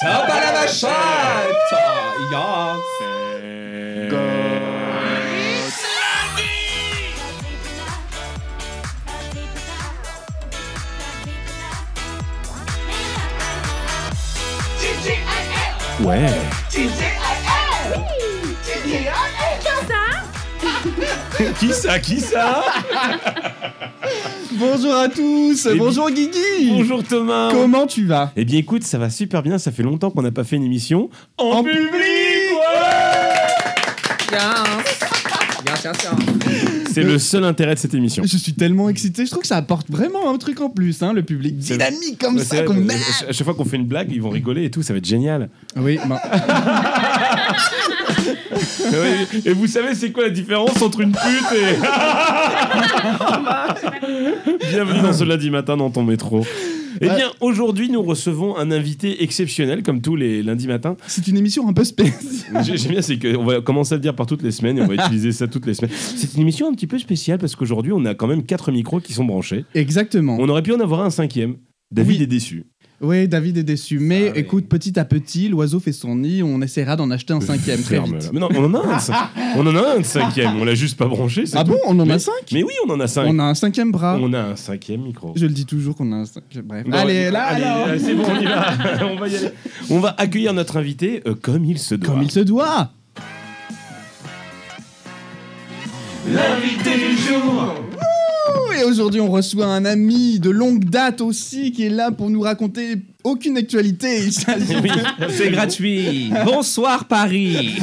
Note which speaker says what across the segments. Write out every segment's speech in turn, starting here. Speaker 1: Top à la machette! Ah, yes!
Speaker 2: Ouais. Qui ça Qui ça
Speaker 1: Bonjour à tous!
Speaker 2: Et
Speaker 1: Bonjour Guigui!
Speaker 2: Bonjour Thomas.
Speaker 1: Comment tu vas?
Speaker 2: Eh bien écoute, ça va super bien, ça fait longtemps qu'on n'a pas fait une émission en,
Speaker 1: En
Speaker 2: public.
Speaker 1: public.
Speaker 2: C'est le seul intérêt de cette émission.
Speaker 1: Je suis tellement excité, je trouve que ça apporte vraiment un truc en plus, hein, le public
Speaker 2: C'est-
Speaker 1: dynamique comme
Speaker 2: Ouais, c'est
Speaker 1: ça,
Speaker 2: vrai,
Speaker 1: comme
Speaker 2: à ch- à chaque fois qu'on fait une blague, ils vont rigoler et tout, ça va être génial.
Speaker 1: Oui, ben,
Speaker 2: Ah oui, et vous savez c'est quoi la différence entre une pute et Bienvenue dans ce lundi matin dans ton métro. Eh bien, aujourd'hui, nous recevons un invité exceptionnel, comme tous les lundis matins.
Speaker 1: c'est une émission un peu spéciale.
Speaker 2: J'ai- J'aime bien, c'est qu'on va commencer à le dire par toutes les semaines et on va utiliser ça toutes les semaines. C'est une émission un petit peu spéciale parce qu'aujourd'hui, on a quand même quatre micros qui sont branchés.
Speaker 1: Exactement.
Speaker 2: On aurait pu en avoir un cinquième. David
Speaker 1: Oui.
Speaker 2: est déçu.
Speaker 1: Oui, David est déçu, mais
Speaker 2: Ah oui.
Speaker 1: écoute, petit à petit, l'oiseau fait son nid, on essaiera d'en acheter un cinquième très
Speaker 2: Ferme,
Speaker 1: vite.
Speaker 2: là. Mais non, on en a un. cin- on en a un de cinquième. On l'a juste pas branché. c'est
Speaker 1: Ah
Speaker 2: tout.
Speaker 1: bon, on en
Speaker 2: Mais-
Speaker 1: a cinq
Speaker 2: Mais oui, on en a cinq.
Speaker 1: On a un cinquième bras.
Speaker 2: On a un cinquième micro.
Speaker 1: Je le dis toujours qu'on a un cinquième. Bref.
Speaker 2: Bon,
Speaker 1: allez, là,
Speaker 2: allez,
Speaker 1: alors.
Speaker 2: allez, c'est bon, on y va. on va y aller. On va accueillir notre invité euh, comme il se doit.
Speaker 1: Comme il se doit
Speaker 2: L'invité du jour.
Speaker 1: Et aujourd'hui, on reçoit un ami de longue date aussi qui est là pour nous raconter aucune actualité. Il s'agit-
Speaker 3: C'est gratuit. Bonsoir Paris.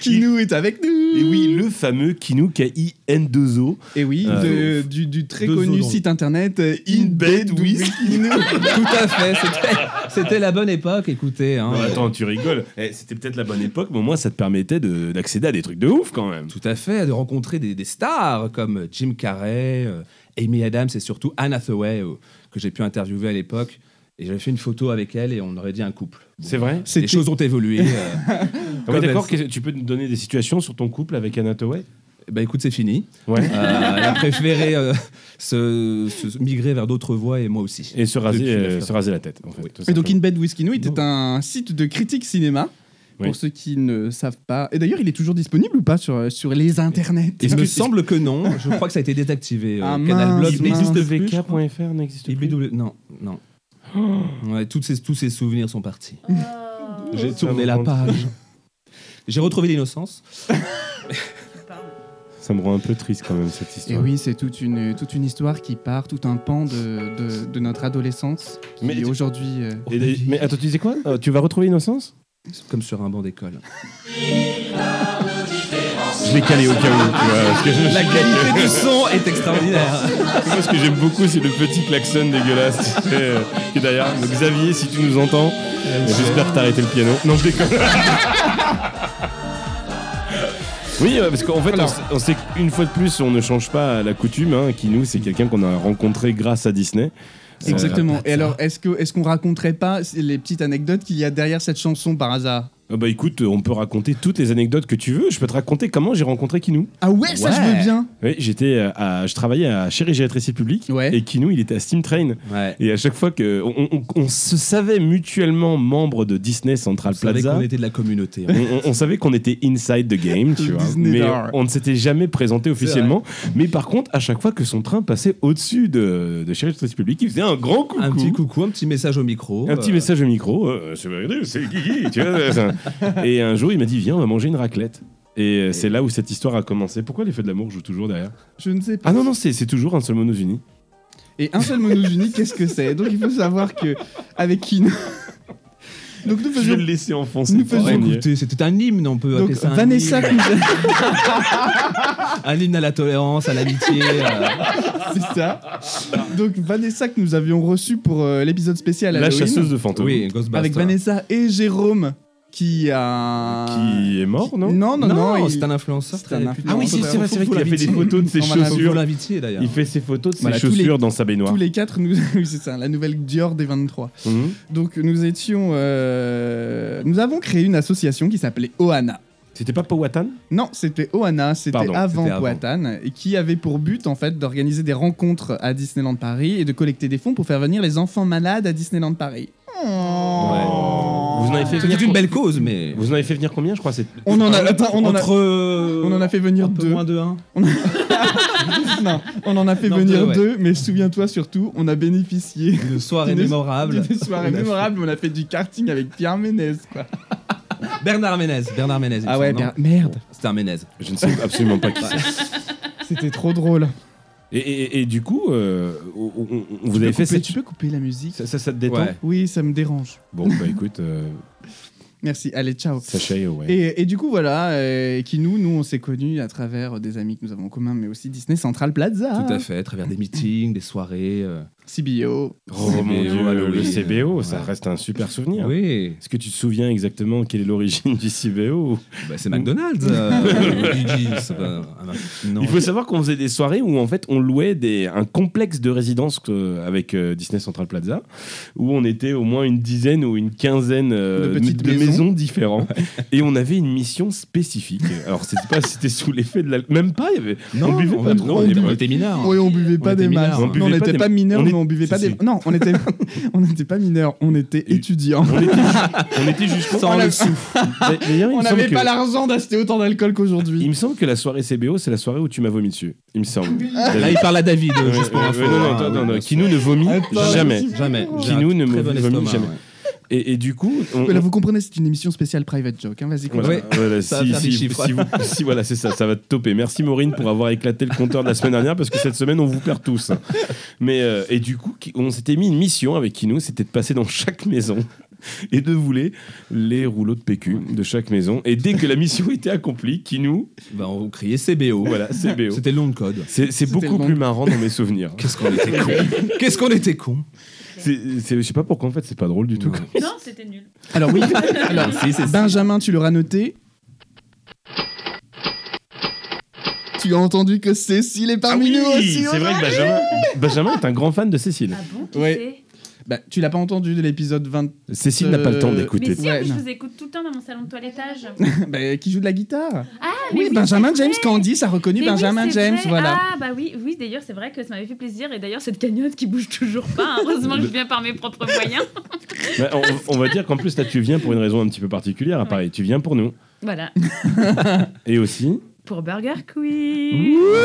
Speaker 1: Kinou est avec nous
Speaker 2: Et oui, le fameux Kinu Ki N2O.
Speaker 1: Et oui,
Speaker 2: Euh,
Speaker 1: de- du, du très
Speaker 3: deux
Speaker 1: connu
Speaker 3: secondes.
Speaker 1: site internet euh, In Bed with Kinou.
Speaker 3: Tout à fait. c'était- C'était la bonne époque. Écoutez, hein.
Speaker 2: Non, attends, tu rigoles. Eh, C'était peut-être la bonne époque, mais au moins ça te permettait de- d'accéder à des trucs de ouf quand même.
Speaker 3: tout à fait, de rencontrer des, des stars comme euh, Jim Carrey, euh, Amy Adams et surtout Anne Hathaway euh, que j'ai pu interviewer à l'époque. Et j'avais fait une photo avec elle et on aurait dit un couple.
Speaker 2: C'est vrai
Speaker 3: Les choses ont évolué. euh,
Speaker 2: Ah oui,
Speaker 3: Comme
Speaker 2: D'accord,
Speaker 3: elle-
Speaker 2: qu'est-ce- tu peux nous donner des situations sur ton couple avec Anatoway
Speaker 3: bah écoute, c'est fini.
Speaker 2: Ouais.
Speaker 3: Euh, elle a préféré euh, se, se migrer vers d'autres voies et moi aussi.
Speaker 2: Et se raser,
Speaker 3: Depuis la
Speaker 2: euh,
Speaker 3: fleur.
Speaker 2: se raser la tête. En fait, tout
Speaker 1: Et donc
Speaker 2: simplement.
Speaker 1: In Bed with Kinou était
Speaker 2: Non.
Speaker 1: un site de critique cinéma.
Speaker 2: Oui.
Speaker 1: Pour ceux qui ne savent pas. Et d'ailleurs, il est toujours disponible ou pas sur, sur les internets
Speaker 3: Il
Speaker 2: Est-ce que-
Speaker 3: me semble que non. Je crois que ça a été désactivé. euh,
Speaker 1: Ah,
Speaker 3: Canal
Speaker 1: mince,
Speaker 3: Blog n'existe plus. je crois.
Speaker 2: IBWK.fr n'existe plus.
Speaker 3: IBW Non, non. Ouais, toutes ces- tous ces souvenirs sont partis. J'ai
Speaker 2: J'ai
Speaker 3: tourné la page. J'ai retrouvé l'innocence.
Speaker 2: Ça me rend un peu triste quand même cette
Speaker 1: Et
Speaker 2: histoire.
Speaker 1: oui, c'est toute une, toute une histoire qui part, tout un pan de, de, de notre adolescence.
Speaker 2: Mais
Speaker 1: Mais
Speaker 2: tu-
Speaker 1: aujourd'hui. euh,
Speaker 2: Et d'ailleurs- mais attends, tu disais quoi Euh, Tu vas retrouver Innocence
Speaker 3: Comme sur un banc d'école.
Speaker 2: Je l'ai calé au cas où. tu vois, parce que je me suis
Speaker 3: La
Speaker 2: dit
Speaker 3: qualité du son est extraordinaire.
Speaker 2: que- Moi, ce que j'aime beaucoup, c'est le petit klaxon dégueulasse tu sais, euh, qui est derrière. Donc, Xavier, si tu nous entends, euh, j'espère que t'as arrêté le piano. Non, je déconne. Oui, euh, parce qu'en fait, on
Speaker 1: Alors.
Speaker 2: sait- on sait qu'une fois de plus, on ne change pas la coutume. Hein, qui nous, c'est quelqu'un qu'on a rencontré grâce à Disney. Euh,
Speaker 1: Exactement. Et alors, est-ce que est-ce qu'on raconterait pas les petites anecdotes qu'il y a derrière cette chanson par hasard
Speaker 2: Ah bah écoute, euh, on peut raconter toutes les anecdotes que tu veux. Je peux te raconter comment j'ai rencontré Kinou.
Speaker 1: Ah ouais, ça je
Speaker 3: Ouais.
Speaker 1: veux bien.
Speaker 2: Oui, j'étais euh, à, je travaillais à Chérie Géatricie Publique
Speaker 1: Ouais.
Speaker 2: et Kinou, il était à Steam Train.
Speaker 3: Ouais.
Speaker 2: Et à chaque fois que on, on- on se savait mutuellement membres de Disney Central
Speaker 3: Je savais
Speaker 2: Plaza,
Speaker 3: qu'on était de la communauté.
Speaker 2: on, on- on savait qu'on était inside the game, tu
Speaker 1: Le
Speaker 2: vois.
Speaker 1: Disney
Speaker 2: Mais
Speaker 1: d'art.
Speaker 2: on ne s'était jamais présenté officiellement. Mais par contre, à chaque fois que son train passait au-dessus de, de Chérie Géatricie Publique, il faisait un grand coucou.
Speaker 3: Un petit coucou, un petit message au micro.
Speaker 2: Un petit
Speaker 3: euh,
Speaker 2: message au micro, euh, c'est vrai, c'est Guigui, tu vois. c'est ça. Et un jour, il m'a dit, viens, on va manger une raclette. Et euh, c'est là où cette histoire a commencé. Pourquoi les feux de l'amour jouent toujours derrière
Speaker 1: Je ne sais pas.
Speaker 2: Ah non, non, c'est c'est toujours un seul mot nous unit.
Speaker 1: Et un seul mot nous unit, qu'est-ce que c'est Donc il faut savoir que avec qui nous- Donc nous
Speaker 2: Je vais
Speaker 1: faisions
Speaker 2: le laisser enfoncer.
Speaker 1: Nous
Speaker 2: le
Speaker 1: faisions-
Speaker 3: Ouais,
Speaker 2: premier.
Speaker 3: Euh, écoutez, c'était un hymne, on peut
Speaker 1: donc
Speaker 3: appeler ça un
Speaker 1: Vanessa
Speaker 3: hymne.
Speaker 1: nous
Speaker 3: Un hymne à la tolérance, à l'amitié. euh,
Speaker 1: a- c'est ça. Donc Vanessa que nous avions reçu pour euh, l'épisode spécial
Speaker 2: la
Speaker 1: Halloween,
Speaker 2: chasseuse de fantômes.
Speaker 3: Oui, Ghostbusters.
Speaker 1: avec Vanessa et Jérôme qui a
Speaker 2: Ah Qui est mort, non
Speaker 1: Non non
Speaker 3: Non,
Speaker 1: non, il-
Speaker 3: c'est un influenceur.
Speaker 1: c'est
Speaker 3: très
Speaker 1: un
Speaker 3: réputé.
Speaker 1: Ah oui, si, c'est vrai,
Speaker 2: c'est vrai qu'il a fait des photos de ses
Speaker 1: On m'en a
Speaker 3: Faut
Speaker 2: chaussures.
Speaker 3: l'inviter d'ailleurs.
Speaker 2: Il fait ses photos de ses
Speaker 1: Voilà, tous
Speaker 2: chaussures dans sa baignoire.
Speaker 1: tous les quatre nous oui, c'est ça, la nouvelle Dior des 23.
Speaker 2: Mhm.
Speaker 1: Donc nous étions, euh, nous avons créé une association qui s'appelait Oana.
Speaker 2: C'était pas Powhatan
Speaker 1: Non, c'était Oana,
Speaker 2: Pardon,
Speaker 1: c'était avant
Speaker 3: c'était avant.
Speaker 1: Powhatan, et qui avait pour but en fait d'organiser des rencontres à Disneyland Paris et de collecter des fonds pour faire venir les enfants malades à Disneyland Paris. Oh.
Speaker 2: Vous en avez fait venir
Speaker 3: C'est une
Speaker 2: co-
Speaker 3: belle cause, mais.
Speaker 2: Vous en avez fait venir combien, je crois c'est-
Speaker 1: On en a, attends, on en a,
Speaker 3: Entre, euh,
Speaker 1: on en a fait venir
Speaker 3: un peu
Speaker 1: deux.
Speaker 3: moins de 1.
Speaker 1: non, on en a fait
Speaker 3: Non,
Speaker 1: venir
Speaker 3: deux, ouais.
Speaker 1: deux, mais souviens-toi surtout, on a bénéficié
Speaker 3: Une soirée
Speaker 1: Des-
Speaker 3: mémorable.
Speaker 1: d'une soirée
Speaker 3: On a fait-
Speaker 1: mémorable. On a fait du karting avec Pierre Ménez. Quoi.
Speaker 3: Bernard Ménez. Bernard Ménez. il me semble, non
Speaker 1: Ah merde,
Speaker 3: C'était un Ménez.
Speaker 2: Ah Je ne sais absolument pas qui c'est.
Speaker 1: c'était trop drôle.
Speaker 2: Et, et- et du coup, euh, on- on- on- vous avez fait cette.
Speaker 1: Tu peux couper la musique
Speaker 2: Ça, ça- ça te détend
Speaker 3: Ouais.
Speaker 1: Oui, ça me dérange.
Speaker 2: Bon, bah écoute, euh,
Speaker 1: Merci. Allez, ciao.
Speaker 2: sachez, ouais.
Speaker 1: Et, et du coup, voilà, euh, qui nous, nous, on s'est connus à travers euh, des amis que nous avons en commun, mais aussi Disney Central Plaza.
Speaker 3: Tout à fait, à travers des meetings, des soirées. euh.
Speaker 1: CBO.
Speaker 2: Oh mon
Speaker 3: CBO,
Speaker 2: dieu, le
Speaker 3: Halloween.
Speaker 2: CBO, ça
Speaker 3: Ouais.
Speaker 2: reste un super souvenir.
Speaker 3: Oui,
Speaker 2: Est-ce que tu te souviens exactement quelle est l'origine du CBO
Speaker 3: Bah, c'est McDonald's. euh, ou Gigi's, c'est pas un- un- non.
Speaker 2: Il faut savoir qu'on faisait des soirées où en fait on louait des, un complexe de résidence euh, avec euh, Disney Central Plaza, où on était au moins une dizaine ou une quinzaine euh,
Speaker 1: De petites maisons.
Speaker 2: maisons différentes, et on avait une mission spécifique. Alors c'était pas, c'était sous l'effet de la, même pas, il y avait, on buvait pas trop,
Speaker 1: on
Speaker 2: à l'époque.
Speaker 3: on était mineurs.
Speaker 1: Oui, on buvait pas
Speaker 3: était
Speaker 1: des
Speaker 3: mineurs.
Speaker 1: masses.
Speaker 2: Oh, On
Speaker 1: Non,
Speaker 2: buvait
Speaker 1: On
Speaker 2: pas
Speaker 1: n'était
Speaker 2: des-
Speaker 1: pas mineurs,
Speaker 2: on est-
Speaker 1: mais on buvait pas
Speaker 2: Si,
Speaker 1: des.
Speaker 2: si.
Speaker 1: Non, on était, on n'était pas mineurs, on était
Speaker 2: Et-
Speaker 1: étudiants.
Speaker 2: on était, on était jusqu'au.
Speaker 1: Sans le
Speaker 2: D'ailleurs, il me
Speaker 1: On
Speaker 2: semble
Speaker 1: n'avait
Speaker 2: que-
Speaker 1: pas l'argent d'acheter autant d'alcool
Speaker 2: Il
Speaker 1: qu'aujourd'hui.
Speaker 2: me semble que la soirée CBO, c'est la soirée où tu m'as vomi dessus. Il me semble.
Speaker 1: Ah.
Speaker 3: Là, il parle à David, euh,
Speaker 2: Ouais,
Speaker 3: juste pour
Speaker 2: ouais,
Speaker 3: info.
Speaker 2: ouais, non, non,
Speaker 3: hein,
Speaker 2: attends,
Speaker 3: oui,
Speaker 2: attends,
Speaker 3: bien
Speaker 2: qui
Speaker 3: sûr.
Speaker 2: nous ne vomit
Speaker 1: Attends,
Speaker 2: jamais.
Speaker 1: c'est-
Speaker 3: Jamais.
Speaker 1: Qui
Speaker 3: J'ai un
Speaker 2: nous ne
Speaker 3: très bon
Speaker 2: vomit
Speaker 3: estomac,
Speaker 2: jamais.
Speaker 3: ouais.
Speaker 2: Et, et du coup, on,
Speaker 1: Mais là,
Speaker 2: on-
Speaker 1: vous comprenez, c'est une émission spéciale private joke. hein, Vas-y,
Speaker 2: voilà,
Speaker 1: continue.
Speaker 2: voilà,
Speaker 3: Ça va
Speaker 2: si,
Speaker 3: faire des
Speaker 2: si-
Speaker 3: chiffres.
Speaker 2: si vous- si, voilà, c'est ça, ça va te toper. Merci Maureen pour avoir éclaté le compteur de la semaine dernière parce que cette semaine on vous perd tous. Mais euh, et du coup, qui- on s'était mis une mission avec Kinou, c'était de passer dans chaque maison et de voler les rouleaux de PQ de chaque maison. Et dès que la mission était accomplie, Kinou,
Speaker 3: Bah, on criait CBO.
Speaker 2: voilà, CBO.
Speaker 3: C'était le nom de code.
Speaker 2: C'est c'est
Speaker 1: C'était
Speaker 2: beaucoup
Speaker 1: le
Speaker 2: plus marrant dans mes souvenirs.
Speaker 3: Qu'est-ce qu'on était con. Qu'est-ce qu'on était con.
Speaker 2: C'est- c'est- Je sais pas pourquoi en fait, c'est pas drôle du tout.
Speaker 3: Ouais.
Speaker 4: Non, c'était nul.
Speaker 1: Alors, oui. Alors, Benjamin, tu l'auras noté. Tu as entendu que Cécile est
Speaker 2: Ah
Speaker 1: parmi nous aussi.
Speaker 2: c'est vrai que Benjamin, Benjamin est un grand fan de Cécile.
Speaker 4: Ah bon qui
Speaker 1: Ouais.
Speaker 4: c'est
Speaker 1: Bah, tu l'as pas entendu de l'épisode 20
Speaker 2: Cécile n'a pas le temps
Speaker 1: Euh,
Speaker 4: Mais
Speaker 2: d'écouter.
Speaker 4: si, en
Speaker 1: Ouais,
Speaker 4: plus, je
Speaker 1: non.
Speaker 4: vous écoute tout le temps dans mon salon de toilettage.
Speaker 1: bah, qui joue de la guitare.
Speaker 4: Ah, mais
Speaker 1: oui, Benjamin
Speaker 4: c'est
Speaker 1: James
Speaker 4: vrai.
Speaker 1: Candice a reconnu
Speaker 4: Mais oui,
Speaker 1: Benjamin
Speaker 4: c'est
Speaker 1: James,
Speaker 4: vrai.
Speaker 1: voilà.
Speaker 4: Ah bah oui, oui d'ailleurs c'est vrai que ça m'avait fait plaisir et d'ailleurs cette cagnotte qui bouge toujours pas, hein. heureusement que je viens par mes propres moyens.
Speaker 2: Bah, on, on va dire qu'en plus là tu viens pour une raison un petit peu particulière à Paris. Tu viens pour nous.
Speaker 4: Voilà,
Speaker 2: Et aussi,
Speaker 4: pour Burger Quiz. Ah.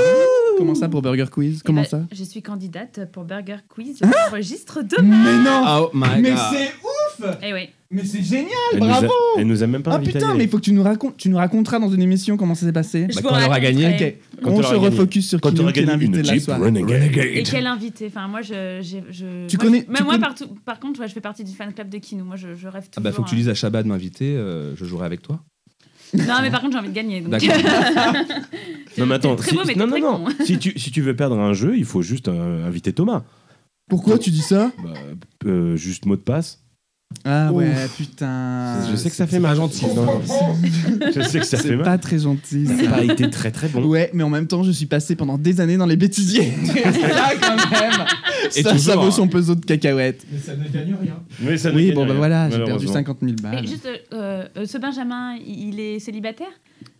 Speaker 1: Comment ça pour Burger Quiz
Speaker 4: Eh
Speaker 1: Comment
Speaker 4: ben,
Speaker 1: ça Hein
Speaker 4: Je suis candidate pour Burger Quiz, je registre demain.
Speaker 1: non
Speaker 3: Oh my
Speaker 1: Ah. Mais
Speaker 3: god.
Speaker 1: c'est ouf
Speaker 4: Eh oui.
Speaker 1: Mais c'est génial
Speaker 4: Ah,
Speaker 2: elle,
Speaker 1: Bravo
Speaker 2: nous a, elle nous a même pas
Speaker 1: Ah
Speaker 2: invité.
Speaker 1: putain, mais il faut que tu nous racontes, tu nous raconteras dans une émission comment ça s'est passé.
Speaker 4: Je
Speaker 3: Bah,
Speaker 4: vous
Speaker 3: quand on aura
Speaker 4: raconterai.
Speaker 3: gagné,
Speaker 1: Ok,
Speaker 2: Quand
Speaker 1: on
Speaker 2: t'auras
Speaker 1: se
Speaker 2: gagné-
Speaker 1: refocus sur
Speaker 2: Quand
Speaker 1: qui
Speaker 2: tu
Speaker 1: nous, qui est
Speaker 2: gagné
Speaker 1: l'invité
Speaker 2: une
Speaker 1: de la
Speaker 2: Jeep
Speaker 1: soirée.
Speaker 2: Renegade.
Speaker 4: Et quel invité Enfin, moi, je. j'ai- je-
Speaker 1: Tu
Speaker 4: moi,
Speaker 1: connais-
Speaker 4: je-
Speaker 1: tu
Speaker 4: Même moi,
Speaker 1: connais-
Speaker 4: par, tout- par contre, ouais, je fais partie du fan club de Kinou. Moi, je, je rêve
Speaker 3: Ah
Speaker 4: toujours.
Speaker 3: bah faut que tu
Speaker 4: hein.
Speaker 3: dises à Chabat de m'inviter, euh, je jouerai avec toi.
Speaker 4: Non, mais par contre, j'ai envie de gagner. donc.
Speaker 3: D'accord.
Speaker 2: Non mais attends,
Speaker 4: T'es très
Speaker 2: si,
Speaker 4: beau, mais
Speaker 2: non
Speaker 4: t'es
Speaker 2: non
Speaker 4: très
Speaker 2: non.
Speaker 4: con.
Speaker 2: Si tu si tu veux perdre un jeu, il faut juste euh, inviter Thomas.
Speaker 1: Pourquoi tu dis ça
Speaker 2: Bah, euh, juste mot de passe.
Speaker 1: Ah
Speaker 3: Ouf.
Speaker 1: ouais, putain.
Speaker 2: je sais que ça fait mal. Gentil. Je sais que ça fait
Speaker 1: c'est
Speaker 2: mal.
Speaker 1: pas très gentil. ça.
Speaker 2: Ça a été très très bon.
Speaker 1: Ouais, mais en même temps, je suis passé pendant des années dans les bêtisiers. ça, quand même.
Speaker 3: Et
Speaker 1: ça, ça
Speaker 3: toujours,
Speaker 1: vaut
Speaker 3: hein.
Speaker 1: son peso de cacahuètes.
Speaker 2: Mais ça ne
Speaker 1: Oui,
Speaker 2: gagne
Speaker 1: bon, bah
Speaker 2: rien,
Speaker 1: voilà, j'ai perdu
Speaker 2: malheureusement.
Speaker 1: 50 000
Speaker 4: Mais
Speaker 1: balles.
Speaker 4: juste, euh, euh, ce Benjamin, il il est célibataire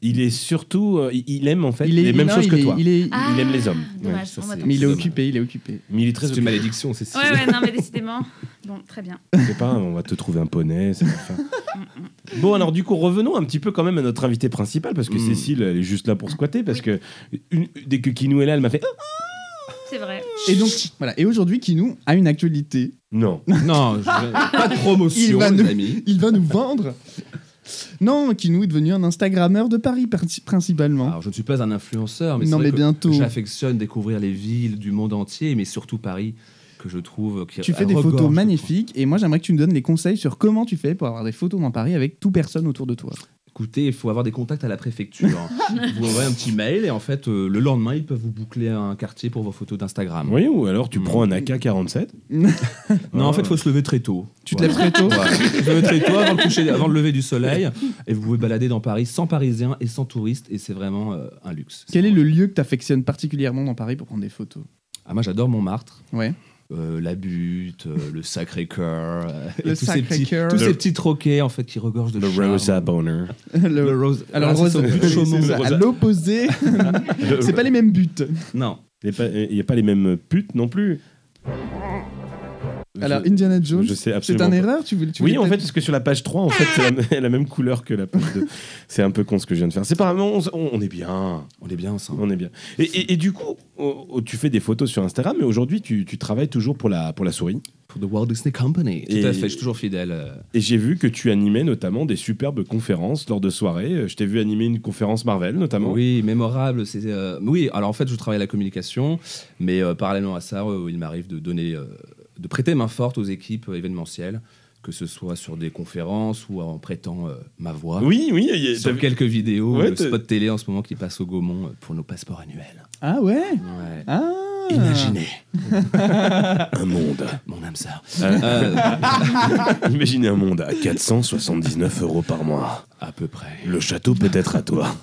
Speaker 2: Il est surtout, euh, il- il aime en fait
Speaker 1: Il est-
Speaker 2: les mêmes
Speaker 1: non,
Speaker 2: choses
Speaker 1: il
Speaker 2: que
Speaker 1: est-
Speaker 2: toi.
Speaker 1: Il est,
Speaker 4: Ah,
Speaker 2: aime les hommes. Ouais,
Speaker 4: Dommage,
Speaker 3: ça,
Speaker 4: on
Speaker 3: c'est-
Speaker 4: va
Speaker 1: mais il est
Speaker 3: dommage.
Speaker 1: occupé, il est occupé.
Speaker 2: Mais il est très
Speaker 3: C'est une
Speaker 2: occupé.
Speaker 3: malédiction, c'est
Speaker 4: Ouais, ouais, non, mais décidément. Bon, très bien.
Speaker 2: Je sais pas, on va te trouver un poney. ça va le faire. bon, alors du coup, revenons un petit peu quand même à notre invitée principale, parce que
Speaker 3: Mm.
Speaker 2: Cécile, elle est juste là pour squatter, parce que
Speaker 4: Oui.
Speaker 2: une- dès que Kinou est là, elle m'a fait Ah,
Speaker 4: C'est vrai.
Speaker 1: Et donc, voilà. Et aujourd'hui, Kinou a une actualité.
Speaker 2: non.
Speaker 3: Non, je- pas de
Speaker 1: Il
Speaker 3: promotion
Speaker 1: va
Speaker 3: les
Speaker 1: nous-
Speaker 3: amis.
Speaker 1: Il va nous vendre. Non, Kinou est devenu un Instagrammeur de Paris, parti- principalement.
Speaker 3: Alors je ne suis pas un influenceur, Ah mais c'est
Speaker 1: non,
Speaker 3: vrai
Speaker 1: mais
Speaker 3: que
Speaker 1: bientôt.
Speaker 3: J'affectionne découvrir les villes du monde entier, mais surtout Paris, que je trouve. Qui
Speaker 1: Tu fais des
Speaker 3: regorge
Speaker 1: photos
Speaker 3: de-
Speaker 1: magnifiques et moi j'aimerais que tu me donnes des conseils sur comment tu fais pour avoir des photos dans Paris avec tout personne autour de toi.
Speaker 3: Écoutez, il faut avoir des contacts à la préfecture. hein. vous envoyez un petit mail et en fait, euh, le lendemain, ils peuvent vous boucler un quartier pour vos photos d'Instagram.
Speaker 2: Oui, ou Ah, alors tu
Speaker 3: Mm.
Speaker 2: prends un AK-47.
Speaker 3: Non, en fait, il faut se lever très tôt.
Speaker 1: Tu te
Speaker 3: Voilà.
Speaker 1: lèves très tôt
Speaker 3: Ouais. Se lever très tôt avant le, coucher- avant le lever du soleil et vous pouvez balader dans Paris sans parisiens et sans touristes et c'est vraiment euh, un luxe.
Speaker 1: Quel est le lieu que t'affectionnes particulièrement dans Paris pour prendre des photos
Speaker 3: Ah, moi, j'adore Montmartre.
Speaker 1: Ouais.
Speaker 3: Euh, la butte, euh, le Sacré-Cœur, euh,
Speaker 1: Le
Speaker 3: et tous, ces petits,
Speaker 1: Sacré-Cœur.
Speaker 3: tous
Speaker 2: Le-
Speaker 3: ces petits troquets en fait qui regorgent de
Speaker 2: Le
Speaker 3: charme.
Speaker 2: Rosa Bonner.
Speaker 1: Le-
Speaker 3: Le rose.
Speaker 2: Ah,
Speaker 1: Alors,
Speaker 3: Voilà, ça,
Speaker 1: Rosa-
Speaker 3: c'est au
Speaker 1: oui,
Speaker 3: but de Chaumont.
Speaker 1: c'est ça, à
Speaker 2: Rosa-
Speaker 1: l'opposé,
Speaker 2: Le-
Speaker 1: c'est pas les mêmes buts.
Speaker 3: Non.
Speaker 2: Il n'y a pas les mêmes putes non plus.
Speaker 1: Alors,
Speaker 2: je,
Speaker 1: Indiana Jones,
Speaker 2: je sais
Speaker 1: c'est
Speaker 2: absolument.
Speaker 1: un
Speaker 2: pas.
Speaker 1: erreur tu voulais, tu
Speaker 2: Oui,
Speaker 1: voulais
Speaker 2: en fait,
Speaker 1: peut-être-
Speaker 2: parce que sur la page 3, en fait, c'est la, elle a la même couleur que la page 2. C'est un peu con ce que je viens de faire. C'est pas on, on est bien.
Speaker 3: On est bien ensemble.
Speaker 2: On est bien. Et, et- et du coup, oh, oh, tu fais des photos sur Instagram, mais aujourd'hui, tu, tu travailles toujours pour la, pour la souris.
Speaker 3: Pour The Walt Disney Company.
Speaker 2: Et-
Speaker 3: Tout à fait, je suis toujours fidèle. euh,
Speaker 2: Et j'ai vu que tu animais notamment des superbes conférences lors de soirées. Euh, Je t'ai vu animer une conférence Marvel, notamment.
Speaker 3: Oui, mémorable. C'est euh, oui. Alors en fait, je travaille la communication, mais euh, parallèlement à ça, euh, il m'arrive de donner, euh, de prêter main forte aux équipes euh, événementielles, que ce soit sur des conférences ou en prêtant euh, ma voix.
Speaker 2: oui. oui et- et t'as
Speaker 3: Sur
Speaker 2: vu-
Speaker 3: quelques vidéos,
Speaker 2: Ouais,
Speaker 3: le
Speaker 2: t'as-
Speaker 3: spot télé en ce moment qui passe au Gaumont euh, pour nos passeports annuels.
Speaker 1: Ah ouais
Speaker 3: Ouais.
Speaker 1: Ah
Speaker 3: Imaginez,
Speaker 2: un monde.
Speaker 3: mon âme sœur.
Speaker 2: Euh,
Speaker 3: Euh,
Speaker 2: imaginez un monde à 479 euros par mois.
Speaker 3: à peu près.
Speaker 2: Le château peut être à toi.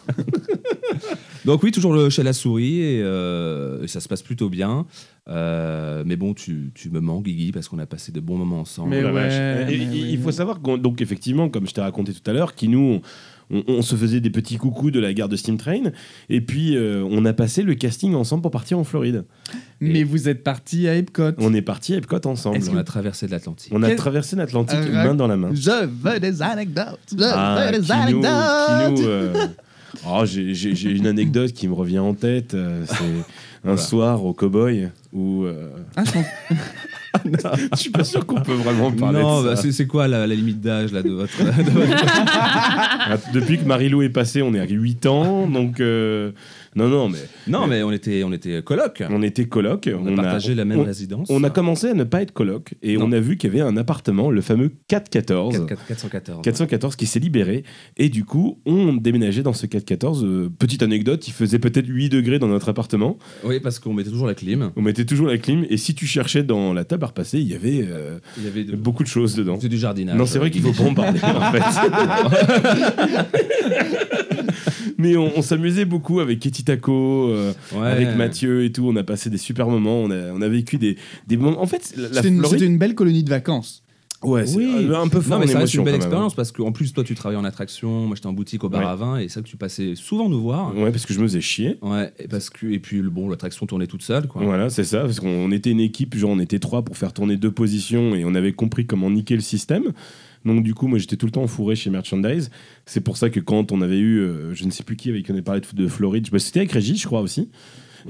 Speaker 3: Donc oui, toujours le, chez la souris et, euh, et ça se passe plutôt bien. Euh, mais bon, tu, tu me manques, Guigui, parce qu'on a passé de bons moments ensemble.
Speaker 1: Mais
Speaker 2: Oh la
Speaker 1: ouais,
Speaker 2: vache. Et-
Speaker 1: mais
Speaker 2: et-
Speaker 1: oui,
Speaker 2: il faut
Speaker 1: oui.
Speaker 2: savoir qu'on- donc effectivement, comme je t'ai raconté tout à l'heure, qui nous on, on se faisait des petits coucous de la gare de Steam Train, et puis euh, on a passé le casting ensemble pour partir en Floride.
Speaker 1: Mais vous êtes parti à Epcot.
Speaker 2: On est parti à Epcot ensemble.
Speaker 3: Est-ce qu'on a traversé de l'Atlantique
Speaker 2: On a
Speaker 1: Qu'est-
Speaker 2: traversé l'Atlantique
Speaker 1: Rac-
Speaker 2: main dans la main.
Speaker 1: Euh, Je veux des anecdotes. Je
Speaker 2: Ah,
Speaker 1: veux des
Speaker 2: Kino,
Speaker 1: anecdotes.
Speaker 2: Kino, euh, oh, j'ai- j'ai j'ai une anecdote qui me revient en tête. euh, C'est un soir au Cowboy où. euh,
Speaker 1: Ah, je pense-
Speaker 2: je suis pas sûr qu'on peut vraiment parler
Speaker 3: Non,
Speaker 2: de ça.
Speaker 3: bah, c'est c'est quoi la, la limite d'âge là de votre. de votre-
Speaker 2: Ah, Depuis que Marilou est passée, on est à 8 ans, donc euh, non, non, mais
Speaker 3: non, mais on était, on était coloc.
Speaker 2: on était coloc,
Speaker 3: On, a partagé la même
Speaker 2: on-
Speaker 3: résidence.
Speaker 2: on a commencé à ne pas être coloc et
Speaker 3: Non.
Speaker 2: on a vu qu'il y avait un appartement, le fameux 414.
Speaker 3: 4- 414.
Speaker 2: 414 qui s'est libéré et du coup on déménageait dans ce 414. Euh, petite anecdote, il faisait peut-être 8 degrés dans notre appartement.
Speaker 3: Oui, parce qu'on mettait toujours la clim.
Speaker 2: On mettait toujours la clim et si tu cherchais dans la table à repasser, il y avait euh,
Speaker 3: Il y avait de-
Speaker 2: beaucoup de choses dedans.
Speaker 3: C'était du jardinage.
Speaker 2: Non, c'est vrai qu'il faut pas en parler, en fait. Mais on, on s'amusait beaucoup avec Ketty Taco, euh,
Speaker 3: Ouais.
Speaker 2: avec Mathieu et tout. On a passé des super moments. On a, on a vécu des, des moments. En fait, la, la
Speaker 1: C'était une,
Speaker 2: Floride-
Speaker 1: c'était une belle colonie de vacances.
Speaker 2: Ouais, c'est
Speaker 3: Oui.
Speaker 2: un peu
Speaker 3: Non,
Speaker 2: fort
Speaker 3: mais
Speaker 2: en
Speaker 3: ça reste
Speaker 2: émotion. quand
Speaker 3: une belle
Speaker 2: même, hein.
Speaker 3: expérience parce qu'en plus, toi, tu travailles en attraction. Moi, j'étais en boutique au bar
Speaker 2: Ouais.
Speaker 3: à vin et c'est ça que tu passais souvent nous voir.
Speaker 2: Ouais, parce que je me faisais chier.
Speaker 3: Ouais, et, parce que, et puis, le- bon, l'attraction tournait toute seule. Quoi.
Speaker 2: Voilà, c'est ça, parce qu'on était une équipe, genre on était trois pour faire tourner deux positions et on avait compris comment niquer le système. Donc du coup, moi j'étais tout le temps enfourré chez Merchandise. C'est pour ça que quand on avait eu, euh, je ne sais plus qui avec qui on avait parlé de, de Floride, je- bah, c'était avec Régis, je crois aussi.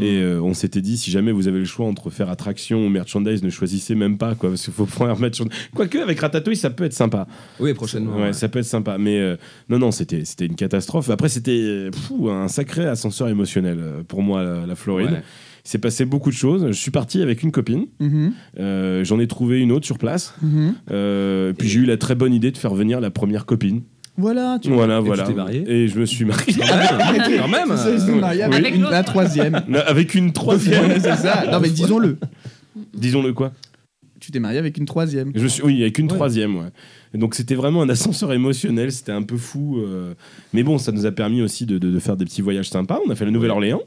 Speaker 2: Et euh, on s'était dit, si jamais vous avez le choix entre faire attraction ou merchandise, ne choisissez même pas, quoi, parce qu'il faut prendre merchandise. Quoique, avec Ratatouille, ça peut être sympa.
Speaker 3: Oui, prochainement.
Speaker 2: Ouais,
Speaker 3: ouais.
Speaker 2: ça peut être sympa. Mais euh, non, non, c'était c'était une catastrophe. Après, c'était euh, pfou, un sacré ascenseur émotionnel euh, pour moi, la, la Floride.
Speaker 3: Ouais.
Speaker 2: Il s'est passé beaucoup de choses. Je suis parti avec une copine.
Speaker 1: Mhm,
Speaker 2: Euh, J'en ai trouvé une autre sur place.
Speaker 1: mhm.
Speaker 2: Euh, puis
Speaker 3: Et-
Speaker 2: j'ai eu la très bonne idée de faire venir la première copine.
Speaker 1: Voilà, tu Ah,
Speaker 2: voilà,
Speaker 3: tu
Speaker 2: voilà.
Speaker 3: t'es marié
Speaker 2: et je me suis marié.
Speaker 3: Quand même
Speaker 1: C'est ça, ils
Speaker 3: euh,
Speaker 1: sont
Speaker 2: oui.
Speaker 1: mariés
Speaker 2: Oui.
Speaker 1: avec
Speaker 4: Avec
Speaker 1: une-
Speaker 4: l'autre.
Speaker 1: la troisième.
Speaker 2: Non, avec une troisième.
Speaker 1: Ouais, c'est ça. Non, mais disons-le.
Speaker 2: Disons-le quoi.
Speaker 1: Tu t'es marié avec une troisième.
Speaker 2: Je me suis... Oui, avec une
Speaker 3: Ouais.
Speaker 2: troisième. Ouais. Et donc c'était vraiment un ascenseur émotionnel. C'était un peu fou. euh, Mais bon, ça nous a permis aussi de, de- de faire des petits voyages sympas. On a fait la Nouvelle-Orléans.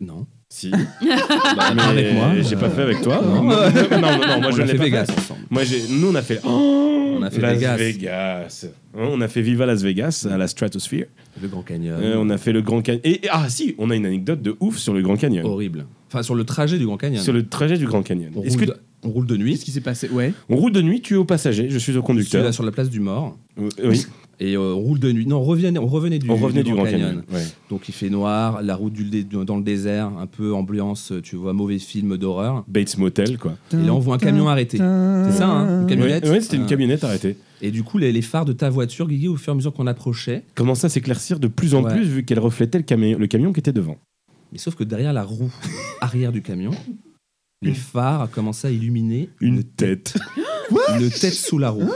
Speaker 3: Non.
Speaker 2: Si.
Speaker 3: Bah,
Speaker 2: Mais
Speaker 3: avec moi.
Speaker 2: J'ai
Speaker 3: euh,
Speaker 2: pas fait avec toi.
Speaker 3: non.
Speaker 2: Non, non, non, non, moi
Speaker 3: on
Speaker 2: je
Speaker 3: a
Speaker 2: l'ai
Speaker 3: fait
Speaker 2: pas
Speaker 3: Vegas
Speaker 2: fait.
Speaker 3: ensemble.
Speaker 2: Moi, j'ai- nous, on a fait. Oh,
Speaker 3: On a fait
Speaker 2: Las
Speaker 3: Vegas.
Speaker 2: Vegas. Hein, on a fait Viva Las Vegas à la Stratosphere.
Speaker 3: Le Grand Canyon.
Speaker 2: Euh, on a fait le Grand Canyon. Et, et- ah, si, on a une anecdote de ouf sur le Grand Canyon.
Speaker 3: Horrible. Enfin, sur le trajet du Grand Canyon.
Speaker 2: Sur le trajet du Grand Canyon.
Speaker 3: On,
Speaker 2: Est-ce
Speaker 3: roule
Speaker 2: que
Speaker 3: de, on roule de
Speaker 1: Qu'est-ce
Speaker 3: nuit.
Speaker 1: qui s'est passé Ouais.
Speaker 2: on roule de nuit, tu es au passager, je suis au
Speaker 3: Je suis là
Speaker 2: conducteur.
Speaker 3: sur la place du Mort.
Speaker 2: Euh, Oui,
Speaker 3: Et euh, on roule de nuit. Non, on revenait, on revenait du,
Speaker 2: on revenait
Speaker 3: du
Speaker 2: du Grand Canyon. ouais.
Speaker 3: Donc il fait noir, la route du, dé- dans le désert, un peu ambiance, tu vois, mauvais film d'horreur.
Speaker 2: Bates Motel, quoi.
Speaker 3: Et là, on voit un camion arrêté.
Speaker 1: C'est
Speaker 3: ça, hein, le camion. Camionnette.
Speaker 2: Ouais, ouais, c'était une
Speaker 3: Ah.
Speaker 2: camionnette arrêtée.
Speaker 3: Et du coup, les, les phares de ta voiture, Guigui, au fur et à mesure qu'on approchait,
Speaker 2: Comment ça s'éclaircir de plus en
Speaker 3: Ouais.
Speaker 2: plus vu qu'elle reflétait le, cami- le camion qui était devant.
Speaker 3: mais sauf que derrière la roue arrière du camion, les phares commençaient à illuminer
Speaker 2: Une tête.
Speaker 3: une tête sous la roue.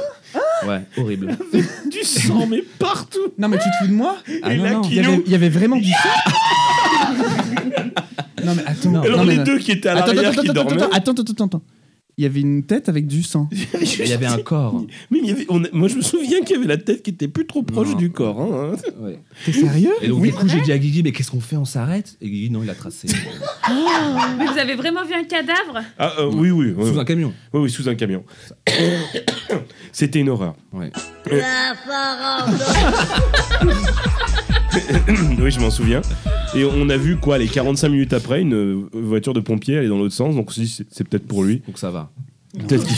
Speaker 3: Ouais, horrible.
Speaker 2: du sang, mais partout
Speaker 1: Non, mais tu te fous de moi
Speaker 3: Ah
Speaker 2: Et
Speaker 3: non,
Speaker 2: là,
Speaker 3: non.
Speaker 1: Il y
Speaker 2: Kino,
Speaker 1: avait- il y avait vraiment du sang Non, mais attends.
Speaker 3: Non.
Speaker 2: Alors
Speaker 1: non, mais
Speaker 2: les
Speaker 1: non.
Speaker 2: deux qui étaient à
Speaker 1: Attends,
Speaker 2: l'arrière
Speaker 1: attends,
Speaker 2: qui
Speaker 1: attends,
Speaker 2: dormaient.
Speaker 1: attends, attends, attends, attends. Il y avait une tête avec du sang.
Speaker 3: Il y avait un corps.
Speaker 2: Mais il y avait- on a- moi je me souviens qu'il y avait la tête qui était plus trop proche
Speaker 3: Non.
Speaker 2: du corps. hein.
Speaker 3: Ouais.
Speaker 1: T'es sérieux
Speaker 3: Et donc, du coup, j'ai dit à Guigui, mais qu'est-ce qu'on fait On s'arrête Et Guigui, non, il a tracé.
Speaker 4: Mais vous avez vraiment vu un cadavre
Speaker 2: Ah, euh, oui, oui, oui,
Speaker 3: Sous
Speaker 2: oui,
Speaker 3: un camion.
Speaker 2: oui, oui, sous un camion. C'était une horreur.
Speaker 3: Ouais.
Speaker 2: oui, je m'en souviens. Et on a vu quoi, les 45 minutes après, une euh, voiture de pompier aller dans l'autre sens. Donc on s'est dit, c'est- c'est peut-être pour lui.
Speaker 3: Donc ça va.
Speaker 2: Peut-être qu'il-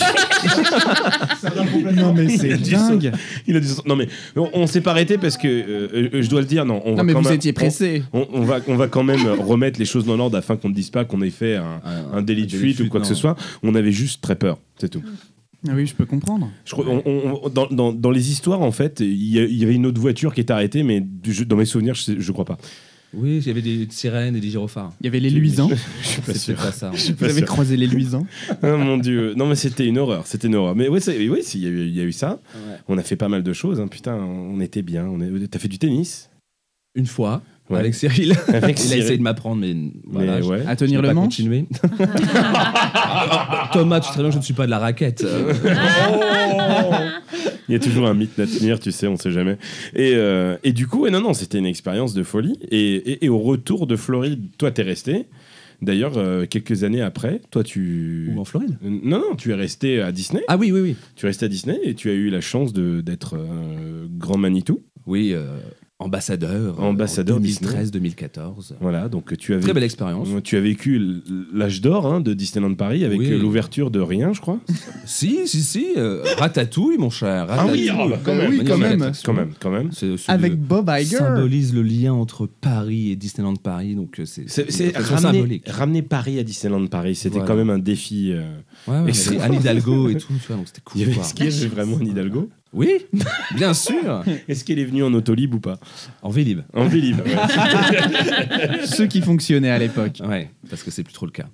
Speaker 1: Non, mais c'est
Speaker 2: a dit
Speaker 1: dingue.
Speaker 2: il a dit non mais on, on s'est pas arrêté parce que euh, euh, je dois le dire non on va
Speaker 1: Non, mais
Speaker 2: quand
Speaker 1: vous
Speaker 2: même-
Speaker 1: étiez pressé.
Speaker 2: on, on va on va quand même remettre les choses dans l'ordre afin qu'on ne dise pas qu'on ait fait un,
Speaker 3: Euh,
Speaker 2: un délit de fuite ou quoi que ce soit on avait juste très peur c'est tout
Speaker 1: Ah oui, je peux comprendre.
Speaker 2: Je crois- on- on- on- dans, dans- dans les histoires, en fait, il y, a- il y avait une autre voiture qui était arrêtée, mais du- je- dans mes souvenirs, je, sais- je crois pas.
Speaker 3: Oui, il y avait des sirènes et des gyrophares.
Speaker 1: Il y avait les luisants.
Speaker 2: Je suis pas
Speaker 3: C'est
Speaker 2: sûr.
Speaker 3: peut-être pas ça.
Speaker 2: Je suis
Speaker 1: Vous
Speaker 2: pas
Speaker 1: avez
Speaker 2: sûr.
Speaker 1: croisé les luisants.
Speaker 2: Ah, mon dieu. Non, mais c'était une horreur. C'était une horreur. Mais oui, c'est- oui, c'est- il y, a eu- il y a eu ça.
Speaker 3: Ouais.
Speaker 2: On a fait pas mal de choses. hein. Putain, on était bien. On est- T'as fait du tennis
Speaker 3: Une fois,
Speaker 2: Ouais.
Speaker 3: avec Cyril.
Speaker 2: Avec
Speaker 3: Il a
Speaker 2: Cyril.
Speaker 3: essayé de m'apprendre, mais
Speaker 2: Mais
Speaker 3: voilà. je-
Speaker 1: À
Speaker 2: ouais.
Speaker 3: je n'ai
Speaker 1: tenir le
Speaker 3: pas
Speaker 1: manche.
Speaker 3: continué. Thomas, tu sais très bien que je ne suis pas de la raquette. Euh,
Speaker 2: Il y a toujours un mythe à tenir, tu sais, on sait jamais. Et, euh, et du coup, ouais, non, non, c'était une expérience de folie. Et, et- et au retour de Floride, toi, t'es resté. D'ailleurs, euh, quelques années après, toi, tu.
Speaker 3: Ou en Floride.
Speaker 2: Non, non, tu es resté à Disney.
Speaker 3: Ah oui, oui, oui.
Speaker 2: Tu es resté à Disney et tu as eu la chance de- d'être euh, grand Manitou.
Speaker 3: Oui, euh, ambassadeur. euh,
Speaker 2: Ambassadeur
Speaker 3: en 2013-2014.
Speaker 2: Voilà, donc tu as,
Speaker 3: Très
Speaker 2: vécu-
Speaker 3: belle expérience.
Speaker 2: tu as vécu l- l'âge d'or hein, de Disneyland Paris avec
Speaker 3: Oui.
Speaker 2: euh, l'ouverture de rien, je crois.
Speaker 3: Si, si, si. euh, ratatouille, mon cher.
Speaker 2: Ah
Speaker 3: Ratatouille.
Speaker 2: oh
Speaker 1: quand même. oui, quand
Speaker 3: Magnifique
Speaker 1: même.
Speaker 3: attraction.
Speaker 2: Quand Bah, même, quand même.
Speaker 3: Ce- ce
Speaker 1: Avec
Speaker 3: lieu
Speaker 1: Bob Iger.
Speaker 3: symbolise le lien entre Paris et Disneyland Paris. Donc euh, c'est
Speaker 2: C'est
Speaker 3: une
Speaker 2: c'est
Speaker 3: attraction
Speaker 2: ramener,
Speaker 3: symbolique.
Speaker 2: ramener Paris à Disneyland Paris, c'était
Speaker 3: Voilà.
Speaker 2: quand même un défi. euh,
Speaker 3: Ouais, ouais, mais
Speaker 2: Excellent.
Speaker 3: Anne Hidalgo et tout, tu vois, donc c'était cool.
Speaker 2: il y avait-
Speaker 3: quoi.
Speaker 2: Est-ce qu'il y avait vraiment un Hidalgo
Speaker 3: Oui, bien sûr.
Speaker 2: Est-ce qu'elle est venue en Autolib ou pas
Speaker 3: En Vélib.
Speaker 2: En Vélib. ouais.
Speaker 1: Ceux qui fonctionnaient à l'époque.
Speaker 3: Ouais, parce que c'est plus trop le cas.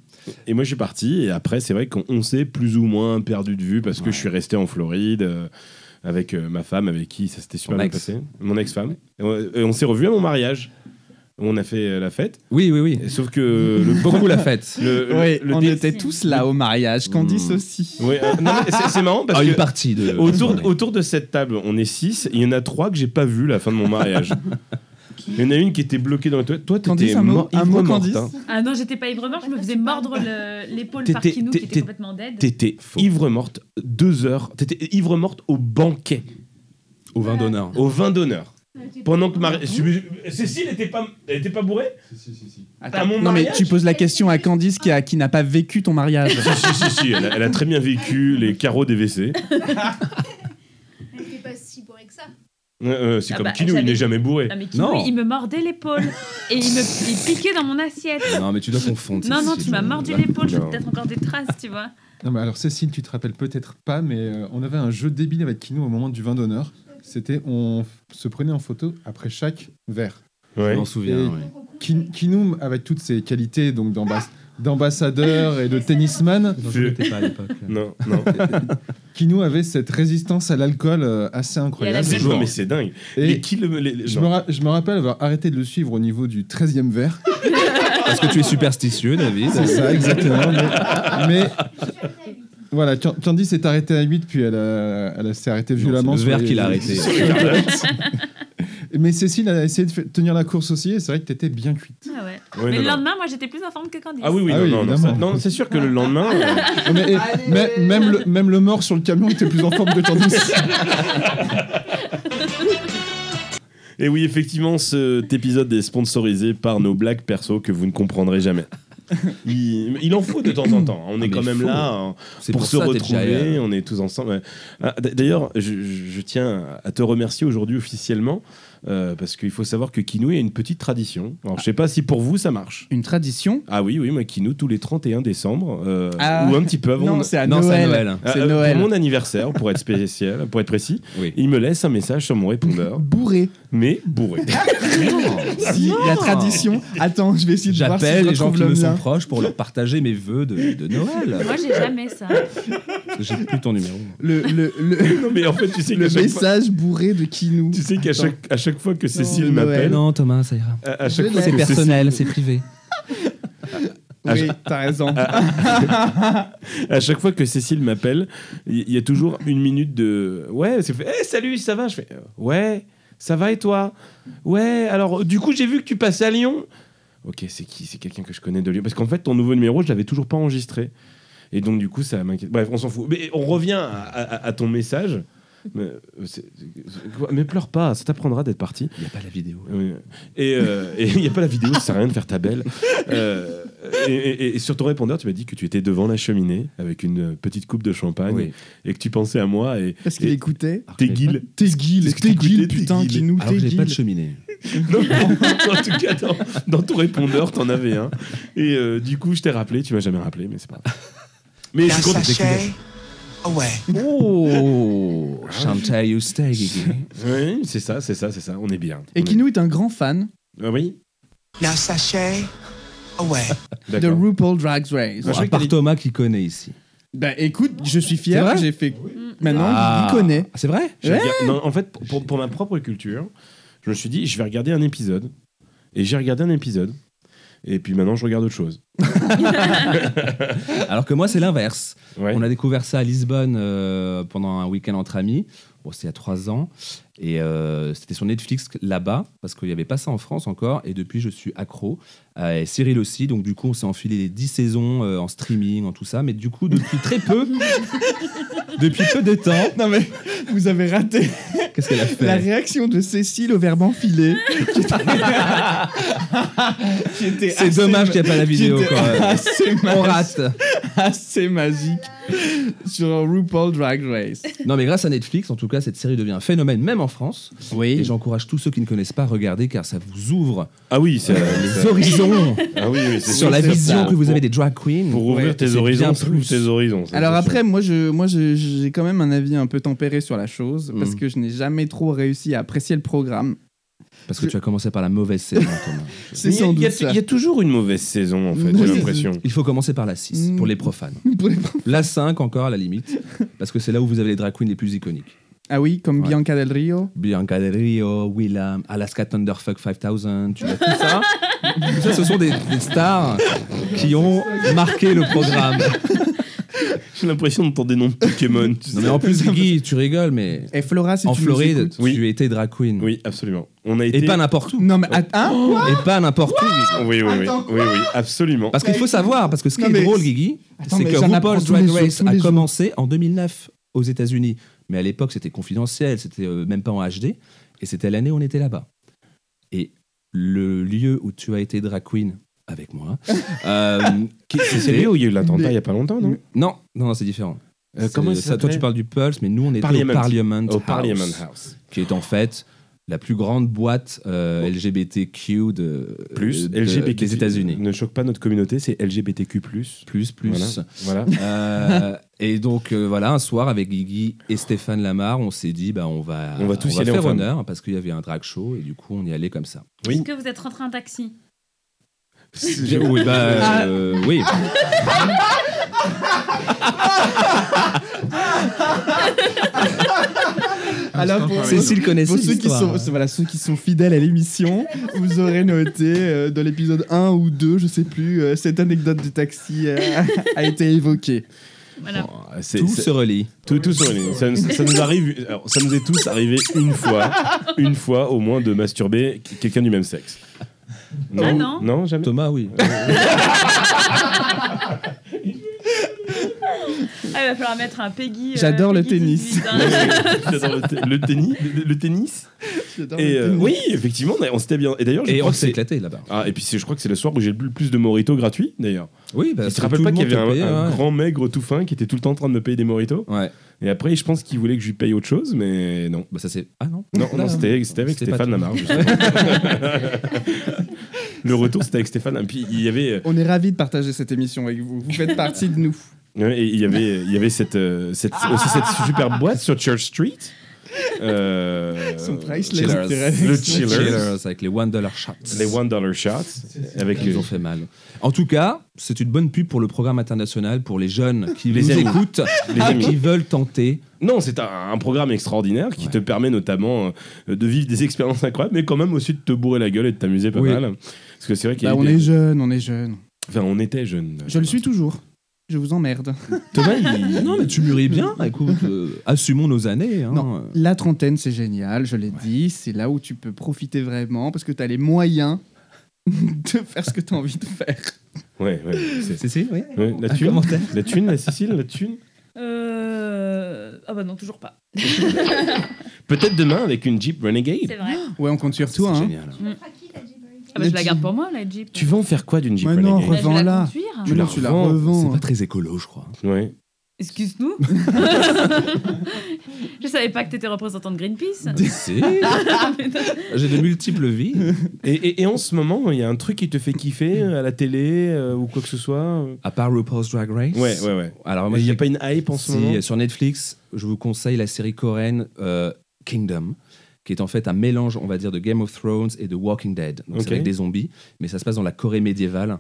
Speaker 2: Et moi, je suis parti. Et après, c'est vrai qu'on on s'est plus ou moins perdu de vue parce que
Speaker 3: Ouais.
Speaker 2: je suis resté en Floride euh, avec euh, ma femme, avec qui ça s'était super
Speaker 3: Ton
Speaker 2: bien
Speaker 3: ex.
Speaker 2: passé. Mon ex-femme. Et on- et on s'est revu à mon mariage. On a fait euh, la fête.
Speaker 3: Oui, oui, oui.
Speaker 2: Et sauf que le
Speaker 3: Beaucoup la fête.
Speaker 2: le, le-
Speaker 1: Oui,
Speaker 2: le
Speaker 1: on
Speaker 2: dé-
Speaker 1: était tous là au mariage. Candice
Speaker 3: Mm.
Speaker 1: aussi.
Speaker 2: Ouais, euh, non, mais c'est- c'est marrant parce
Speaker 3: Ah, une
Speaker 2: que
Speaker 3: partie de.
Speaker 2: autour, autour de cette table, on est six. et Il y en a trois que j'ai pas vu la fin de mon mariage. Il y en a une qui était bloquée dans la toilette. Toi,
Speaker 1: Candice,
Speaker 2: t'étais
Speaker 1: un mort,
Speaker 2: mort,
Speaker 1: un mot
Speaker 2: ivre-morte,
Speaker 1: Candice.
Speaker 2: hein.
Speaker 4: Ah non, j'étais pas ivre-mort, je me faisais mordre le- l'épaule par
Speaker 2: T'étais-
Speaker 4: Kinou qui
Speaker 2: t'étais-
Speaker 4: était complètement dead.
Speaker 2: T'étais ivre morte deux heures. T'étais ivre morte au banquet.
Speaker 3: Au vin d'honneur.
Speaker 2: au vin d'honneur. Pendant que Marie. Cécile n'était pas, elle était pas bourrée À mon
Speaker 1: non mais
Speaker 2: mariage
Speaker 1: tu poses la question à Candice qui, a- qui n'a pas vécu ton mariage.
Speaker 2: Si, si, si, si, elle, a, elle a très bien vécu les carreaux des WC.
Speaker 5: Elle n'était pas si bourrée que ça.
Speaker 2: Euh, euh, c'est
Speaker 4: Ah
Speaker 2: comme
Speaker 4: bah,
Speaker 2: Kinou, il
Speaker 4: j'avais-
Speaker 2: n'est jamais bourré.
Speaker 4: Ah, mais Kinou,
Speaker 3: Non.
Speaker 4: il me mordait l'épaule et il me il piquait dans mon assiette.
Speaker 3: Non, mais tu dois confondre.
Speaker 4: Non, non,
Speaker 3: c'est-
Speaker 4: tu m'as mordu l'épaule, j'ai peut-être encore des traces, tu vois.
Speaker 6: Non, mais alors Cécile, tu te rappelles peut-être pas, mais euh, on avait un jeu débile avec Kino au moment du vin d'honneur. C'était on f- se prenait en photo après chaque verre.
Speaker 3: Je
Speaker 2: Ouais. Euh,
Speaker 3: m'en souviens. oui.
Speaker 6: Ki- Kino, avec toutes ses qualités donc d'ambas- d'ambassadeur et de tennisman,
Speaker 3: Non, je l'étais pas à l'époque.
Speaker 2: Non, non.
Speaker 6: Kino avait cette résistance à l'alcool euh, assez
Speaker 4: Et à
Speaker 6: incroyable.
Speaker 4: la
Speaker 2: Non, mais c'est dingue.
Speaker 6: Et
Speaker 2: Mais qui le. les- les-
Speaker 6: je
Speaker 2: non.
Speaker 6: me, ra- je me rappelle avoir arrêté de le suivre au niveau du 13e verre.
Speaker 3: Parce que tu es superstitieux, David.
Speaker 6: C'est ça, exactement. Mais, mais- voilà, Can- Candy s'est arrêtée à 8, puis elle, a- elle a- s'est arrêtée
Speaker 3: Non,
Speaker 6: violemment.
Speaker 3: c'est le
Speaker 6: sur
Speaker 3: verre
Speaker 6: les-
Speaker 3: qu'il a arrêté.
Speaker 6: sur les cartes. Mais Cécile a essayé de fa- tenir la course aussi, et c'est vrai que t'étais bien cuite.
Speaker 4: Ah ouais.
Speaker 2: Ouais,
Speaker 4: mais
Speaker 2: non,
Speaker 4: le
Speaker 2: non.
Speaker 4: lendemain, moi j'étais plus en forme que Candice.
Speaker 2: Ah oui, oui,
Speaker 6: Ah
Speaker 2: non,
Speaker 6: oui,
Speaker 2: non, non,
Speaker 6: évidemment.
Speaker 2: ça- non, c'est sûr que le lendemain. euh,
Speaker 6: Mais- et- mais- même, le, même le mort sur le camion était plus en forme que Candice.
Speaker 2: Et oui, effectivement, cet épisode est sponsorisé par nos blagues perso que vous ne comprendrez jamais. Il, il en faut de temps en temps. On est
Speaker 3: mais
Speaker 2: quand même
Speaker 3: faut.
Speaker 2: là. hein.
Speaker 3: C'est
Speaker 2: pour, se
Speaker 3: ça, t'es déjà allé
Speaker 2: retrouver.
Speaker 3: à-
Speaker 2: On est tous ensemble. Ah, d- D'ailleurs, je, je- je tiens à te remercier aujourd'hui officiellement euh, parce qu'il faut savoir que Kinou a une petite tradition. Alors, je sais pas si pour vous ça marche.
Speaker 1: Une tradition.
Speaker 2: Ah oui, oui, moi Kinou tous les 31 décembre euh,
Speaker 1: Ah.
Speaker 2: ou un petit peu avant.
Speaker 1: Non,
Speaker 2: mon-
Speaker 1: c'est à
Speaker 3: Non, c'est à
Speaker 1: Noël.
Speaker 3: Noël.
Speaker 2: Ah,
Speaker 1: C'est
Speaker 2: euh,
Speaker 1: Noël.
Speaker 2: Pour mon anniversaire, pour être spécial, pour être précis,
Speaker 3: Oui.
Speaker 2: il me laisse un message sur mon répondeur,
Speaker 1: Bourré.
Speaker 2: mais bourré.
Speaker 1: Si,
Speaker 2: Ah,
Speaker 1: la tradition. Attends, je vais essayer de voir si
Speaker 3: J'appelle
Speaker 1: je
Speaker 3: les gens
Speaker 1: retrouve
Speaker 3: qui
Speaker 1: le
Speaker 3: me
Speaker 1: mien.
Speaker 3: sont proches pour leur partager mes vœux de, de Noël. Ben
Speaker 4: Moi j'ai jamais ça.
Speaker 3: Parce que J'ai plus ton numéro.
Speaker 1: Le, le, le,
Speaker 2: non, mais en fait, tu sais
Speaker 1: le
Speaker 2: qu'à chaque, fois-
Speaker 1: message bourré de Kinou.
Speaker 2: tu sais qu'à
Speaker 1: Attends.
Speaker 2: chaque, à chaque fois que
Speaker 1: de
Speaker 2: Cécile
Speaker 1: Noël.
Speaker 3: Eh
Speaker 2: m'appelle,
Speaker 3: non, Thomas, ça ira.
Speaker 2: à, à chaque
Speaker 1: Je
Speaker 2: fois
Speaker 1: l'ai.
Speaker 2: que Cécile-
Speaker 3: c'est privé.
Speaker 2: Ah,
Speaker 1: Oui, t'as raison.
Speaker 2: À chaque fois que Cécile m'appelle, il y, y a toujours une minute de ouais. C'est fait. Eh, salut, ça va Je fais euh, ouais, ça va et toi Ouais. Alors du coup, j'ai vu que tu passais à Lyon. Ok, c'est qui C'est quelqu'un que je connais de Lyon. Parce qu'en fait, ton nouveau numéro, je l'avais toujours pas enregistré. Et donc du coup, ça m'inquiète. Bref, on s'en fout. Mais on revient à, à- à ton message. Mais, euh, c'est- c'est- quoi Mais pleure pas, ça t'apprendra d'être parti.
Speaker 3: Il n'y a pas la vidéo.
Speaker 2: Oui. Et euh, et il n'y a pas la vidéo, ça sert à rien de faire ta belle. Euh, et, et- et sur ton répondeur, tu m'as dit que tu étais devant la cheminée avec une petite coupe de champagne
Speaker 3: Ah Oui.
Speaker 2: et que tu pensais à moi et
Speaker 1: Parce qu'il
Speaker 2: Et-
Speaker 1: écoutait.
Speaker 2: tes guilles.
Speaker 1: T'es
Speaker 2: Est-ce que t'écoutais
Speaker 1: Guil,
Speaker 2: tes
Speaker 1: putain,
Speaker 2: guilles
Speaker 1: qui nous
Speaker 3: Alors que
Speaker 1: Ah, t'es
Speaker 3: j'ai pas de
Speaker 1: Guil.
Speaker 3: cheminée.
Speaker 2: Non, en tout cas, dans, dans ton répondeur, t'en avais un. Et euh, du coup, je t'ai rappelé, tu m'as jamais rappelé, mais c'est pas grave. Mais je
Speaker 7: Now
Speaker 2: suis content-
Speaker 7: sashay away.
Speaker 1: Ah,
Speaker 3: Oh, Shantae, you stay, Guigui.
Speaker 2: Oui, c'est ça, c'est ça, c'est ça, on est bien.
Speaker 1: Et
Speaker 2: On
Speaker 1: Kinou est un grand fan
Speaker 2: est- Ah oui,
Speaker 7: Now sashay away.
Speaker 1: de
Speaker 2: d'accord.
Speaker 1: RuPaul Drag Race.
Speaker 3: Bon, à part Thomas qui connaît ici.
Speaker 1: Bah écoute, je suis
Speaker 3: C'est
Speaker 1: fier,
Speaker 3: vrai
Speaker 1: j'ai fait. Maintenant,
Speaker 3: Ah.
Speaker 1: il connaît.
Speaker 3: Ah, C'est vrai
Speaker 2: Je vais regarder- non, en fait, pour- pour, pour ma propre culture, je me suis dit, je vais regarder un épisode. Et j'ai regardé un épisode. Et puis maintenant, je regarde autre chose.
Speaker 1: Ah.
Speaker 3: Alors que moi, c'est l'inverse.
Speaker 2: Ouais.
Speaker 3: On a découvert ça à Lisbonne euh, pendant un week-end entre amis. Bon, c'était il y a trois ans. Et euh, c'était sur Netflix là-bas, parce qu'il n'y avait pas ça en France encore. Et depuis, je suis accro. Euh, et Cyril aussi. Donc, du coup, on s'est enfilé les 10 saisons euh, en streaming, en tout ça. Mais du coup, depuis très peu, depuis peu de temps,
Speaker 1: Non mais vous avez raté
Speaker 3: qu'est-ce qu'elle a
Speaker 1: la
Speaker 3: fait
Speaker 1: réaction de Cécile au verbe enfilé. Qui était
Speaker 3: C'est
Speaker 1: assez
Speaker 3: dommage
Speaker 1: ma-
Speaker 3: qu'il n'y a pas la
Speaker 1: qui
Speaker 3: vidéo.
Speaker 1: était
Speaker 3: quoi.
Speaker 1: Assez, ma-
Speaker 3: On rate.
Speaker 1: assez magique sur RuPaul Drag Race.
Speaker 3: Non, mais grâce à Netflix, en tout cas, cette série devient un phénomène, même en France. Et
Speaker 1: Oui.
Speaker 3: j'encourage tous ceux qui ne connaissent pas à regarder car ça vous ouvre
Speaker 2: Ah oui, c'est.
Speaker 3: les horizons
Speaker 2: ah oui, oui, c'est
Speaker 3: sur la
Speaker 1: c'est
Speaker 3: vision
Speaker 1: ça.
Speaker 3: que vous avez des drag queens.
Speaker 2: Pour ouvrir
Speaker 1: Ouais,
Speaker 2: tes
Speaker 3: c'est
Speaker 2: horizons,
Speaker 3: bien
Speaker 2: ça ouvre
Speaker 3: plus.
Speaker 2: tes horizons. ça,
Speaker 1: Alors
Speaker 2: c'est sûr.
Speaker 1: après, moi, je, moi, je- j'ai quand même un avis un peu tempéré sur la chose parce
Speaker 3: Mhm.
Speaker 1: que je n'ai jamais trop réussi à apprécier le programme.
Speaker 3: Parce que tu as commencé par la mauvaise saison, Thomas.
Speaker 1: C'est
Speaker 2: Mais il y a-
Speaker 1: sans
Speaker 2: il y, a-
Speaker 1: doute ça.
Speaker 2: il y a toujours une mauvaise saison, en fait,
Speaker 1: Oui,
Speaker 2: j'ai
Speaker 1: c'est-
Speaker 2: l'impression.
Speaker 3: Il faut commencer par la 6,
Speaker 1: Mm.
Speaker 3: pour les profanes.
Speaker 1: Pour les-
Speaker 3: La 5 encore, à la limite, parce que c'est là où vous avez les drag queens les plus iconiques.
Speaker 1: Ah oui, comme
Speaker 3: Ouais.
Speaker 1: Bianca Del Rio.
Speaker 3: Bianca Del Rio, Willam, Alaska Thunderfuck 5000, tu vois, tout ça. tout ça, ce sont des, des stars qui ont marqué le programme.
Speaker 2: J'ai l'impression d'entendre des noms de Pokémon. tu
Speaker 3: Non
Speaker 2: sais.
Speaker 3: mais en plus, Guy, tu rigoles, mais
Speaker 1: Et Flora, si
Speaker 3: en
Speaker 1: tu nous
Speaker 3: Floride,
Speaker 1: écoutes.
Speaker 3: tu
Speaker 2: Oui.
Speaker 3: étais drag queen.
Speaker 2: Oui, absolument. On a été.
Speaker 3: Et pas n'importe où.
Speaker 1: Non mais att- hein
Speaker 3: Et pas n'importe où, Guigui.
Speaker 2: Oui, oui, oui,
Speaker 1: Attends,
Speaker 2: oui, oui, absolument.
Speaker 3: Parce qu'il faut savoir, parce que ce qui
Speaker 1: Non,
Speaker 3: est
Speaker 1: mais
Speaker 3: drôle,
Speaker 1: c'est-
Speaker 3: Guigui,
Speaker 1: Attends,
Speaker 3: c'est
Speaker 1: mais
Speaker 3: que
Speaker 1: j'en apprends
Speaker 3: RuPaul's
Speaker 1: tous les
Speaker 3: Drag
Speaker 1: jours,
Speaker 3: Race
Speaker 1: tous
Speaker 3: a
Speaker 1: les jours.
Speaker 3: commencé en 2009 aux États-Unis. Mais à l'époque, c'était confidentiel, c'était euh, même pas en HD. Et c'était l'année où on était là-bas. Et le lieu où tu as été drag queen avec moi. euh, qui-
Speaker 2: C'est
Speaker 3: c'était-
Speaker 2: lui où il y a eu l'attentat
Speaker 1: Mais-
Speaker 2: il y a pas longtemps, non
Speaker 3: Non, non, non, c'est différent.
Speaker 2: Euh,
Speaker 3: C'est-
Speaker 2: comment il
Speaker 3: ça, Toi,
Speaker 2: s'appelait
Speaker 3: tu parles du Pulse, mais nous, on était
Speaker 2: Parliament.
Speaker 3: au Parliament
Speaker 2: Au
Speaker 3: House,
Speaker 2: Parliament House. Oh.
Speaker 3: qui est en fait la plus grande boîte euh, LGBTQ de,
Speaker 2: Plus
Speaker 3: Euh, de-
Speaker 2: LGBTQ.
Speaker 3: des États-Unis.
Speaker 2: Ne choque pas notre communauté, c'est LGBTQ.
Speaker 3: Plus, plus.
Speaker 2: Voilà. voilà.
Speaker 3: Euh, et donc euh, voilà, un soir avec Guigui et Stéphane Lamar, on s'est dit bah on va
Speaker 2: On va tous y aller en
Speaker 3: faire
Speaker 2: famille.
Speaker 3: honneur parce qu'il y avait un drag show et du coup on y allait comme ça.
Speaker 2: Oui.
Speaker 4: Est-ce que vous êtes rentré en taxi
Speaker 3: Oui bah euh, oui.
Speaker 1: Ah, Alors
Speaker 6: Instant
Speaker 1: pour,
Speaker 6: Paris.
Speaker 3: Cécile connaissait
Speaker 1: pour ceux qui sont
Speaker 3: l'histoire.
Speaker 1: voilà ceux qui sont fidèles à l'émission, vous aurez noté euh, dans l'épisode 1 ou 2, je sais plus, euh, cette anecdote du taxi euh, a été évoquée.
Speaker 4: Voilà.
Speaker 1: Oh.
Speaker 2: Bon, Ah, c'est-
Speaker 3: Tout
Speaker 2: c'est-
Speaker 3: se relie.
Speaker 2: tout, tout se relie. ça, nous- ça nous arrive, alors, ça nous est tous arrivé une fois, une fois au moins de masturber quelqu'un du même sexe.
Speaker 4: Ah non
Speaker 2: Non, jamais.
Speaker 3: Thomas oui.
Speaker 4: Ah, il va falloir mettre un Peggy. euh,
Speaker 1: J'adore le
Speaker 4: Peggy
Speaker 1: tennis.
Speaker 4: 18, hein.
Speaker 2: J'adore le, te- le tennis, le, le tennis.
Speaker 1: J'adore
Speaker 2: Et
Speaker 1: le
Speaker 2: euh,
Speaker 1: tennis.
Speaker 2: oui, effectivement, on s'était bien. Et d'ailleurs, je
Speaker 3: Et
Speaker 2: crois
Speaker 3: on
Speaker 2: que
Speaker 3: s'est
Speaker 2: c'est-
Speaker 3: éclaté là-bas.
Speaker 2: Ah, et puis c'est- je crois que c'est le soir où j'ai le plus de moritos gratuits d'ailleurs.
Speaker 3: Oui
Speaker 2: Tu
Speaker 3: bah parce
Speaker 2: te
Speaker 3: que
Speaker 2: rappelles
Speaker 3: tout
Speaker 2: pas
Speaker 3: le
Speaker 2: qu'il y avait
Speaker 3: monde
Speaker 2: un,
Speaker 3: te payait,
Speaker 2: un
Speaker 3: ouais.
Speaker 2: grand maigre tout fin qui était tout le temps en train de me payer des moritos
Speaker 3: Ouais.
Speaker 2: Et après, je pense qu'il voulait que je lui paye autre chose, mais non.
Speaker 3: Bah ça c'est ah non.
Speaker 2: Non,
Speaker 3: Là,
Speaker 2: non c'était c'était avec
Speaker 3: c'était pas
Speaker 2: Stéphane
Speaker 3: toi.
Speaker 2: Lamar. justement. le retour, c'était avec Stéphane. Et puis il y avait,
Speaker 1: On est ravis de partager cette émission avec vous. Vous faites partie de nous.
Speaker 2: euh, ouais, et il y avait, il y avait cette, euh, cette,
Speaker 1: Ah.
Speaker 2: aussi cette superbe boîte sur Church Street. Euh,
Speaker 1: Son price
Speaker 3: Chillers.
Speaker 1: list était
Speaker 2: Le
Speaker 1: avec-
Speaker 2: Chillers.
Speaker 3: Chillers avec les one dollar shots.
Speaker 2: les one dollar shots avec
Speaker 3: Ils
Speaker 2: euh,
Speaker 3: ont fait mal. En tout cas, c'est une bonne pub pour le programme international pour les jeunes qui
Speaker 2: Les
Speaker 3: nous
Speaker 2: amis.
Speaker 3: écoutent
Speaker 2: Les
Speaker 3: et
Speaker 2: amis.
Speaker 3: qui veulent tenter
Speaker 2: Non, c'est un, un programme extraordinaire qui te permet notamment euh, de vivre des expériences incroyables, mais quand même aussi de te bourrer la gueule et de t'amuser pas
Speaker 3: Oui.
Speaker 2: mal. Parce que c'est vrai qu'il y a
Speaker 1: Bah,
Speaker 2: eu
Speaker 1: on
Speaker 2: des-
Speaker 1: est jeune, on est jeune.
Speaker 2: Enfin, on était jeunes.
Speaker 1: Je le suis toujours. Je vous emmerde.
Speaker 3: Thomas, il- non mais tu mûris bien. Écoute, euh, assumons nos années. hein.
Speaker 1: Non. La trentaine, c'est génial, je l'ai dit. C'est là où tu peux profiter vraiment parce que tu as les moyens de faire ce que tu as envie de faire.
Speaker 2: Ouais, ouais. c'est-
Speaker 3: Cécile, oui.
Speaker 2: ouais, la
Speaker 3: Un
Speaker 2: thune,
Speaker 3: commentaire.
Speaker 2: la thune, la Sicile, la thune.
Speaker 4: Euh, Ah bah non, toujours pas.
Speaker 2: Peut-être demain avec une Jeep
Speaker 4: C'est
Speaker 2: Renegade.
Speaker 4: vrai.
Speaker 1: Ouais, on compte sur toi.
Speaker 2: C'est
Speaker 1: Hein.
Speaker 2: génial.
Speaker 5: Ah, qui t'a dit Barry
Speaker 4: Ah bah, je
Speaker 1: Mais
Speaker 4: la
Speaker 1: Ah, tu-
Speaker 4: garde pour moi, la Jeep.
Speaker 2: Tu vas en faire quoi d'une Jeep
Speaker 1: Mais non,
Speaker 2: Renegade
Speaker 4: Bah, je vais
Speaker 1: Revends-la.
Speaker 4: la conduire.
Speaker 2: Tu la
Speaker 1: tu la
Speaker 2: revends.
Speaker 1: revends.
Speaker 3: C'est
Speaker 1: hein.
Speaker 3: pas très écolo, je crois.
Speaker 2: Ouais.
Speaker 4: Excuse-nous. je savais pas que t'étais représentant de Greenpeace.
Speaker 3: Si. J'ai de multiples vies.
Speaker 2: Et, et- et en ce moment, il y a un truc qui te fait kiffer euh, à la télé euh, ou quoi que ce soit
Speaker 3: À part RuPaul's Drag Race.
Speaker 2: Ouais, ouais, ouais.
Speaker 3: Alors moi,
Speaker 2: Il n'y
Speaker 3: j'ai
Speaker 2: a pas une hype en ce
Speaker 3: Si,
Speaker 2: moment
Speaker 3: sur Netflix, je vous conseille la série coréenne euh, Kingdom, qui est en fait un mélange, on va dire, de Game of Thrones et de Walking Dead. Donc
Speaker 2: Ok.
Speaker 3: c'est avec des zombies, mais ça se passe dans la Corée médiévale.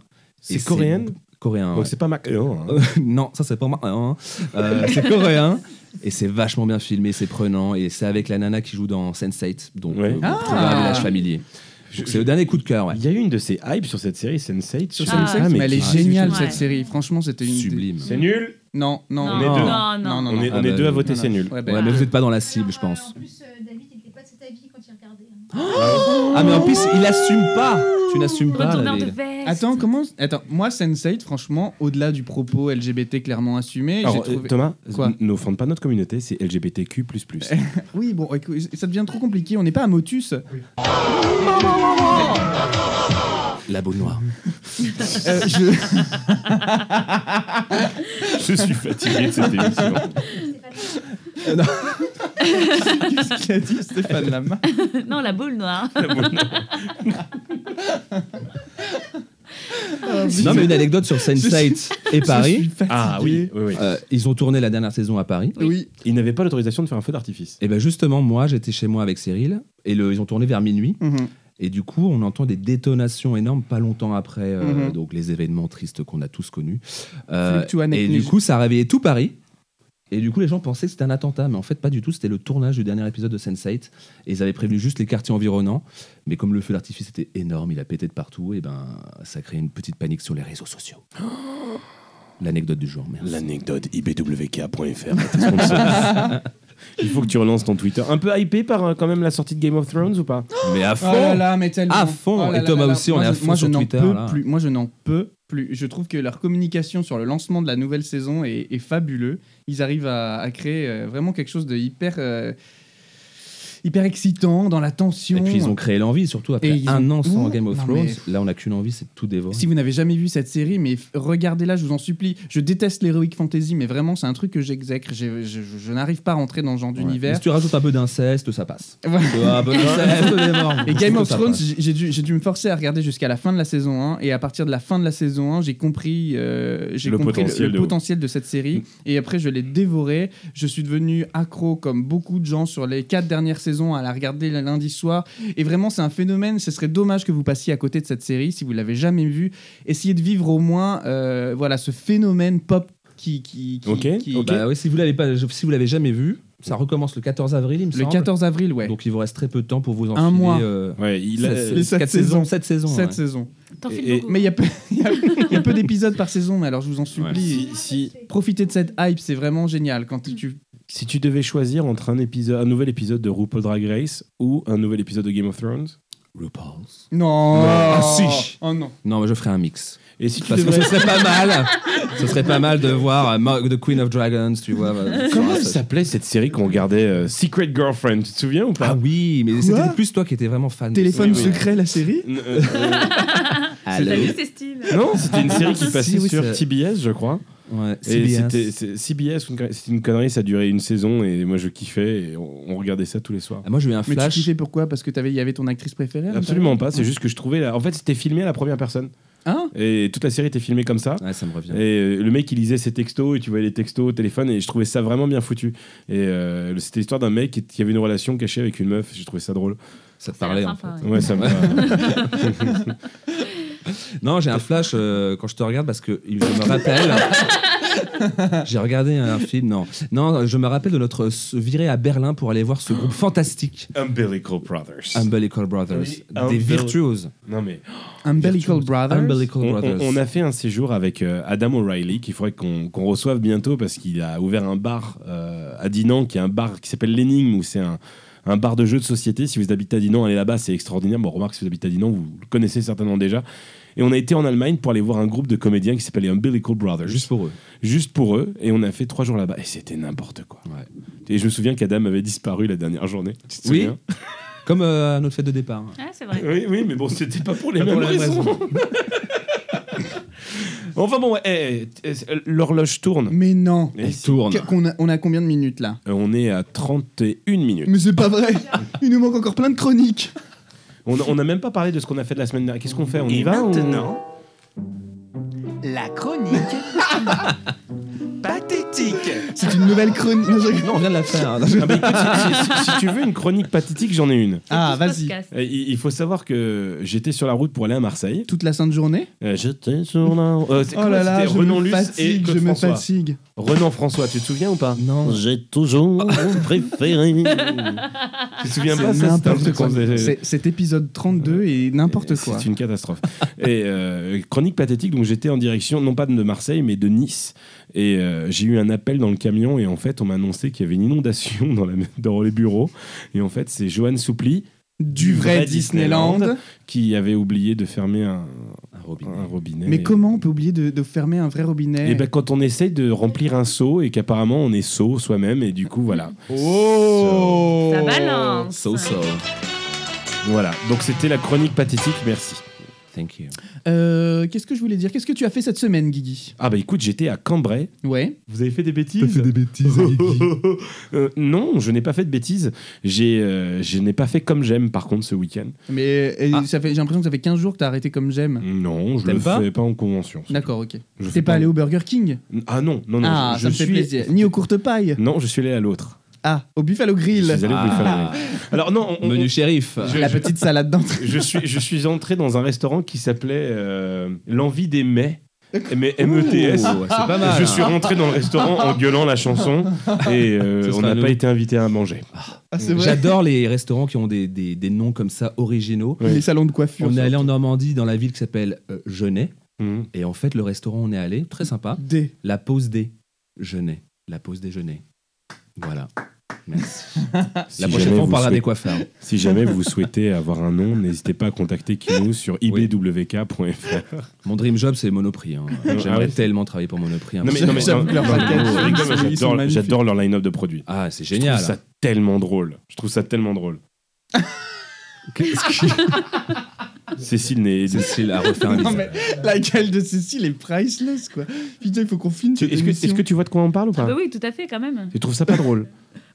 Speaker 3: Et
Speaker 2: C'est coréenne
Speaker 3: Coréen.
Speaker 2: Donc
Speaker 3: ouais.
Speaker 2: c'est pas Mac. Oh, hein.
Speaker 3: Euh, non, ça c'est pas moi. hein. Euh, c'est coréen. Et c'est vachement bien filmé, c'est prenant. Et c'est avec la nana qui joue dans Sense8, donc
Speaker 2: Ouais.
Speaker 3: euh,
Speaker 1: Ah.
Speaker 3: programme village familier.
Speaker 2: Je-
Speaker 3: Donc, C'est le dernier coup de cœur, ouais.
Speaker 2: Il y a eu une de ces hypes sur cette série, Sense8.
Speaker 1: Sur
Speaker 2: sur-
Speaker 4: Ah,
Speaker 1: Sunset,
Speaker 2: mais
Speaker 1: mais elle est
Speaker 3: grave.
Speaker 1: géniale
Speaker 4: Ouais.
Speaker 1: cette série. Franchement, c'était une. des-
Speaker 3: Sublime.
Speaker 2: C'est nul
Speaker 1: Non, non,
Speaker 4: Non,
Speaker 2: on est deux.
Speaker 4: non, non.
Speaker 1: non, non,
Speaker 2: On est,
Speaker 1: non.
Speaker 2: on
Speaker 3: Ah
Speaker 2: est
Speaker 3: bah,
Speaker 2: deux à
Speaker 3: non,
Speaker 2: voter,
Speaker 1: non.
Speaker 2: c'est nul.
Speaker 1: Ouais, bah,
Speaker 3: Ouais, mais vous êtes pas dans la cible,
Speaker 5: Alors,
Speaker 3: je
Speaker 5: euh, En
Speaker 3: pense.
Speaker 5: plus, euh, David, il n'était pas de cet avis quand il regardait. hein.
Speaker 3: Ah, mais en plus, il assume pas. Tu n'assumes pas,
Speaker 4: Retourneur de
Speaker 3: David.
Speaker 4: veste.
Speaker 1: euh, Attends, comment Attends, moi, Sense8, franchement, au-delà du propos LGBT clairement assumé, j'ai
Speaker 2: Alors, euh,
Speaker 1: trouvé.
Speaker 2: Thomas,
Speaker 1: Quoi
Speaker 2: n- n'offende pas notre communauté, c'est LGBTQ.
Speaker 1: Oui, bon, écoute, ça devient trop compliqué. On n'est pas à Motus. Euh,
Speaker 3: La boule noire.
Speaker 1: Euh, je-
Speaker 2: Je suis fatigué de cette émission.
Speaker 5: C'était pas très-
Speaker 1: Qu'est-ce qu'il a dit, Stéphane Lama
Speaker 4: Non, la boule noire.
Speaker 3: Non, mais une anecdote sur Sense8 et
Speaker 1: Je
Speaker 3: Paris.
Speaker 1: suis fatigué.
Speaker 2: Ah oui, oui, oui.
Speaker 3: Euh, ils ont tourné la dernière saison à Paris.
Speaker 1: Oui.
Speaker 2: Ils n'avaient pas l'autorisation de faire un feu d'artifice.
Speaker 3: Et ben justement, moi, j'étais chez moi avec Cyril et le, ils ont tourné vers minuit.
Speaker 1: Mhm.
Speaker 3: Et du coup, on entend des détonations énormes pas longtemps après euh,
Speaker 1: Mhm.
Speaker 3: donc les événements tristes qu'on a tous connus. Euh,
Speaker 1: Fluctuane
Speaker 3: et
Speaker 1: et
Speaker 3: du
Speaker 1: Knus.
Speaker 3: coup, ça a réveillé tout Paris. Et du coup, les gens pensaient que c'était un attentat, mais en fait, pas du tout. C'était le tournage du dernier épisode de Sense8. Et ils avaient prévenu juste les quartiers environnants. Mais comme le feu d'artifice était énorme, il a pété de partout, et ben ça a créé une petite panique sur les réseaux sociaux. L'anecdote du jour, merci.
Speaker 2: L'anecdote ibwk.fr. Il faut que tu relances ton Twitter. Un peu hypé par euh, quand même la sortie de Game of Thrones ou pas
Speaker 3: Mais à
Speaker 1: Oh
Speaker 3: fond
Speaker 1: là là, mais tellement.
Speaker 3: À fond.
Speaker 1: Oh là
Speaker 3: Et
Speaker 1: là
Speaker 3: Thomas
Speaker 1: là là.
Speaker 3: aussi, on
Speaker 1: Moi,
Speaker 3: est à
Speaker 1: je-
Speaker 3: fond
Speaker 1: moi,
Speaker 3: sur
Speaker 1: je n'en
Speaker 3: Twitter,
Speaker 1: peux
Speaker 3: là.
Speaker 1: Plus. Moi, je n'en peux plus. Je trouve que leur communication sur le lancement de la nouvelle saison est, est fabuleux. Ils arrivent à, à créer euh, vraiment quelque chose de hyper, euh, hyper excitant dans la tension.
Speaker 3: Et puis ils ont créé l'envie, surtout
Speaker 1: Et
Speaker 3: après
Speaker 1: ils
Speaker 3: un
Speaker 1: ont-
Speaker 3: an sans
Speaker 1: Ouais,
Speaker 3: Game of
Speaker 1: non,
Speaker 3: Thrones. Là, on n'a qu'une envie, c'est de tout dévorer.
Speaker 1: Si vous n'avez jamais vu cette série, mais f- regardez-la, je vous en supplie. Je déteste l'heroic fantasy, mais vraiment, c'est un truc que j'exècre. J'ai- Je, je- je n'arrive pas à rentrer dans ce genre
Speaker 3: Ouais.
Speaker 1: d'univers.
Speaker 3: Mais Si tu rajoutes un peu d'inceste, ça passe.
Speaker 1: Voilà.
Speaker 3: Tu vois, un peu d'inceste, des morts.
Speaker 1: Et Game of
Speaker 3: Ça
Speaker 1: Thrones,
Speaker 3: passe.
Speaker 1: j'ai j'ai dû, j'ai dû me forcer à regarder jusqu'à la fin de la saison 1. Et à partir de la fin de la saison 1, j'ai compris, euh, j'ai
Speaker 2: Le
Speaker 1: compris
Speaker 2: potentiel
Speaker 1: le, le
Speaker 2: de ouf.
Speaker 1: potentiel de cette série. Et après, je l'ai dévoré. Je suis devenu accro, comme beaucoup de gens, sur les quatre dernières saisons à la regarder le lundi soir. Et vraiment, c'est un phénomène. Ce serait dommage que vous passiez à côté de cette série si vous l'avez jamais vue. Essayez de vivre au moins euh, voilà, ce phénomène pop qui. qui, qui-
Speaker 2: Ok,
Speaker 1: qui-
Speaker 2: ok.
Speaker 3: Bah ouais, si vous l'avez pas, si vous l'avez jamais vu, ça recommence le 14 avril, il me
Speaker 1: Le
Speaker 3: semble.
Speaker 1: 14 avril, ouais.
Speaker 3: Bah, Donc il vous reste très peu de temps pour vous en
Speaker 1: Un
Speaker 3: filer,
Speaker 1: mois.
Speaker 3: euh,
Speaker 2: Ouais, il
Speaker 3: sept-
Speaker 2: a-
Speaker 1: Les sept
Speaker 3: 4
Speaker 1: saisons.
Speaker 3: saisons, 7 saisons.
Speaker 1: cette
Speaker 3: ouais.
Speaker 1: saison.
Speaker 4: T'en
Speaker 2: Et-
Speaker 4: files beaucoup.
Speaker 1: Mais il y a peu, il y a- il y a peu d'épisodes par saison, mais alors je vous en supplie.
Speaker 2: si, si,
Speaker 1: Profitez de cette hype, c'est vraiment génial. Quand tu- tu,
Speaker 2: si tu devais choisir entre un, épisode, un nouvel épisode de RuPaul Drag Race ou un nouvel épisode de Game of Thrones,
Speaker 3: RuPaul's.
Speaker 1: non,
Speaker 3: Ah, si.
Speaker 1: oh non.
Speaker 3: Non, mais je ferai un mix.
Speaker 2: et si tu
Speaker 3: Parce que
Speaker 2: devrais...
Speaker 3: ce serait pas mal. ce serait pas mal de voir euh, Mo- The Queen of Dragons, tu vois. bah, sur
Speaker 2: Comment
Speaker 3: un-
Speaker 2: ça s'appelait cette série qu'on regardait euh, Secret Girlfriend, tu te souviens ou
Speaker 3: Ah
Speaker 2: pas
Speaker 3: oui, mais
Speaker 1: Quoi
Speaker 3: c'était plus toi qui étais vraiment fan. de
Speaker 1: Téléphone
Speaker 3: ça.
Speaker 2: oui.
Speaker 1: secret, la série.
Speaker 2: N- euh, euh,
Speaker 3: Allô.
Speaker 4: Salut, c'est Steve.
Speaker 2: non, c'était une série qui passait
Speaker 3: Si, oui,
Speaker 2: sur
Speaker 3: c'est-
Speaker 2: TBS, je crois.
Speaker 3: Ouais,
Speaker 2: Et
Speaker 3: CBS.
Speaker 2: c'était c'est- CBS, une connerie- c'était une connerie, ça durait une saison et moi je kiffais et on, on regardait ça tous les soirs.
Speaker 3: Ah, moi, j'ai eu un
Speaker 1: Mais tu
Speaker 3: flash.
Speaker 1: kiffais pourquoi Parce que t'avais, il y avait ton actrice préférée. hein, là,
Speaker 2: Absolument pas, c'est juste que je trouvais. la- En fait, c'était filmé à la première personne
Speaker 1: t'as- Hein
Speaker 2: et toute la série était filmée comme ça.
Speaker 3: Ouais, ça me revient.
Speaker 2: Et euh, le mec il lisait ses textos et tu voyais les textos au téléphone et je trouvais ça vraiment bien foutu. Et euh, c'était l'histoire d'un mec qui, qui avait une relation cachée avec une meuf, j'ai trouvé ça drôle.
Speaker 3: Ça te
Speaker 4: Ça a
Speaker 3: parlait hein.
Speaker 4: l'air
Speaker 3: en fait.
Speaker 4: sympa, ouais.
Speaker 2: Ouais, ça me.
Speaker 3: Non, j'ai un flash euh, quand je te regarde parce que je me rappelle. j'ai regardé un film, non. Non, je me rappelle de notre s- virée à Berlin pour aller voir ce groupe fantastique,
Speaker 2: Umbilical Brothers.
Speaker 3: Umbilical Brothers.
Speaker 2: Oui,
Speaker 3: des
Speaker 2: Umbil-
Speaker 3: virtuoses.
Speaker 2: non mais.
Speaker 1: Umbilical Brothers.
Speaker 3: Umbilical
Speaker 2: On,
Speaker 3: Brothers.
Speaker 2: on- on a fait un séjour avec euh, Adam O'Reilly qu'il faudrait qu'on qu'on reçoive bientôt parce qu'il a ouvert un bar euh, à Dinan qui est un bar qui s'appelle l'énigme où c'est un un bar de jeux de société. Si vous habitez à Dinan, allez là-bas, c'est extraordinaire. Bon, remarque, si vous habitez à Dinan, vous le connaissez certainement déjà. Et on a été en Allemagne pour aller voir un groupe de comédiens qui s'appelait Umbilical Brothers, juste,
Speaker 3: Euh, Juste pour eux.
Speaker 2: juste pour eux. Et on a fait trois jours là-bas. Et c'était n'importe quoi.
Speaker 3: Ouais.
Speaker 2: Et je me souviens qu'Adam avait disparu la dernière journée. Tu te
Speaker 3: Oui.
Speaker 2: souviens
Speaker 3: Comme euh, à notre fête de départ.
Speaker 4: Ah, c'est vrai.
Speaker 2: oui, oui, mais bon, c'était pas pour les
Speaker 3: Pas
Speaker 2: mêmes
Speaker 3: pour la même
Speaker 2: raisons.
Speaker 3: raison.
Speaker 2: enfin bon, ouais, eh, eh, eh, l'horloge tourne.
Speaker 1: Mais non.
Speaker 2: Et
Speaker 3: tourne.
Speaker 1: Qu- qu'on a- on a combien de minutes là
Speaker 2: Euh, On est à 31 minutes.
Speaker 1: Mais c'est pas vrai Il nous manque encore plein de chroniques
Speaker 2: On on n'a même pas parlé de ce qu'on a fait de la semaine dernière. Qu'est-ce qu'on fait On y
Speaker 7: Et
Speaker 2: va ou-
Speaker 7: maintenant, la chronique pathétique.
Speaker 1: C'est une nouvelle chronique. Non, je-
Speaker 3: Non, on vient de la faire. hein.
Speaker 2: Ah bah écoute, si, si- si tu veux une chronique pathétique, j'en ai une.
Speaker 1: Ah,
Speaker 4: Tout ce
Speaker 1: vas-y.
Speaker 4: podcast.
Speaker 2: Euh, Il il faut savoir que j'étais sur la route pour aller à Marseille.
Speaker 1: Toute la sainte journée
Speaker 2: Euh, J'étais sur la route. Euh, c'est
Speaker 1: Oh
Speaker 2: quoi,
Speaker 1: là là,
Speaker 2: c'était
Speaker 1: je
Speaker 2: Renan
Speaker 1: me
Speaker 2: Luce et
Speaker 1: fatigue,
Speaker 2: Claude
Speaker 1: je me
Speaker 2: François.
Speaker 1: fatigue.
Speaker 2: Renan François, tu te souviens ou pas
Speaker 3: Non.
Speaker 2: J'ai toujours préféré. tu te souviens pas
Speaker 1: C'est
Speaker 2: ça, c'était un
Speaker 1: n'importe
Speaker 2: truc qu'on
Speaker 1: quoi.
Speaker 2: faisait-
Speaker 1: C'est cet épisode 32 et n'importe
Speaker 2: C'est
Speaker 1: quoi.
Speaker 2: une catastrophe. et euh, chronique pathétique, donc j'étais en direction, non pas de Marseille, mais de Nice. Et euh, j'ai eu un appel dans le camion et en fait, on m'a annoncé qu'il y avait une inondation dans, la, dans les bureaux. Et en fait, c'est Johan Soupli
Speaker 1: Du vrai Disneyland.
Speaker 2: qui avait oublié de fermer un,
Speaker 3: Un robinet.
Speaker 2: un robinet.
Speaker 1: Mais
Speaker 2: Et-
Speaker 1: comment on peut oublier de, de fermer un vrai robinet
Speaker 2: et ben quand on essaye de remplir un seau et qu'apparemment on est seau soi-même et du coup voilà.
Speaker 1: Oh
Speaker 4: Ça balance.
Speaker 3: So so.
Speaker 2: Voilà. Donc c'était la chronique pathétique, merci.
Speaker 3: Thank you.
Speaker 1: Euh, Qu'est-ce que je voulais dire Qu'est-ce que tu as fait cette semaine, Guigui
Speaker 2: Ah bah écoute, j'étais à Cambrai.
Speaker 1: Ouais.
Speaker 2: Vous avez fait des bêtises
Speaker 6: T'as fait des bêtises, Guigui.
Speaker 2: Euh, non, je n'ai pas fait de bêtises. J'ai, euh, je n'ai pas fait comme j'aime, par contre, ce week-end.
Speaker 1: Mais euh,
Speaker 3: Ah.
Speaker 1: ça fait- j'ai l'impression que ça fait 15 jours que t'as arrêté comme j'aime.
Speaker 2: Non, je
Speaker 3: T'aimes
Speaker 2: le
Speaker 3: pas
Speaker 2: fais pas en convention.
Speaker 1: D'accord, ok.
Speaker 2: Je fais
Speaker 1: T'es pas allé au Burger King
Speaker 2: Ah non, non, non.
Speaker 1: Ah,
Speaker 2: je,
Speaker 1: ça me
Speaker 2: je
Speaker 1: fait
Speaker 2: suis-
Speaker 1: plaisir. Ni aux courtes pailles
Speaker 2: Non, je suis allé à l'autre.
Speaker 1: Ah, au Buffalo
Speaker 2: Je
Speaker 1: Grill
Speaker 2: suis allé au
Speaker 3: Ah.
Speaker 2: Buffalo Grill. Alors non, on- on-
Speaker 3: Menu shérif.
Speaker 1: La petite salade d'entrée.
Speaker 2: je suis, je suis entré dans un restaurant qui s'appelait euh, l'envie des mets. E Mais METS.
Speaker 3: Oh, c'est pas mal.
Speaker 2: Je suis rentré dans le restaurant en gueulant la chanson et euh,
Speaker 3: Ce
Speaker 2: on
Speaker 3: sera
Speaker 2: n'a
Speaker 3: nous.
Speaker 2: pas été invité à manger.
Speaker 1: Ah, c'est vrai.
Speaker 3: J'adore les restaurants qui ont des, des, des noms comme ça originaux.
Speaker 2: Ouais.
Speaker 1: Les salons de coiffure.
Speaker 3: On est allé en Normandie dans la ville qui s'appelle euh, Genet.
Speaker 2: Mhm.
Speaker 3: Et en fait, le restaurant où on est allé, très sympa,
Speaker 1: D.
Speaker 3: la pause des Genet. La pause déjeuner. Voilà. Merci.
Speaker 2: Si
Speaker 3: La prochaine
Speaker 2: jamais
Speaker 3: fois, on
Speaker 2: vous
Speaker 3: parlera
Speaker 2: souhaitez-
Speaker 3: des coiffeurs.
Speaker 2: Si jamais vous souhaitez avoir un nom, n'hésitez pas à contacter Kino sur
Speaker 3: Oui.
Speaker 2: ibwk.fr.
Speaker 3: Mon dream job, c'est Monoprix. hein.
Speaker 2: Ah
Speaker 3: J'aimerais
Speaker 2: ouais.
Speaker 3: tellement travailler pour Monoprix. hein.
Speaker 2: Non, mais-
Speaker 1: J'avoue,
Speaker 2: non, mais-
Speaker 1: j'avoue que leurs
Speaker 2: non, mais-
Speaker 1: packaging,
Speaker 2: je rigole, mais
Speaker 1: ils sont
Speaker 2: j'adore-
Speaker 1: magnifiques.
Speaker 2: J'adore leur line-up de produits.
Speaker 3: Ah, c'est
Speaker 2: Je
Speaker 3: génial.
Speaker 2: trouve ça tellement drôle. Je trouve ça tellement drôle. Cécile n'est.
Speaker 3: Cécile a refait un
Speaker 1: Non,
Speaker 3: bisou.
Speaker 1: mais la gueule de Cécile est priceless, quoi. Putain, il faut qu'on filme cette
Speaker 2: Est-ce que,
Speaker 1: émission.
Speaker 2: est-ce que tu vois de quoi on parle ou
Speaker 4: Ah
Speaker 2: pas
Speaker 4: bah oui, tout à fait, quand même.
Speaker 2: Tu trouves ça pas drôle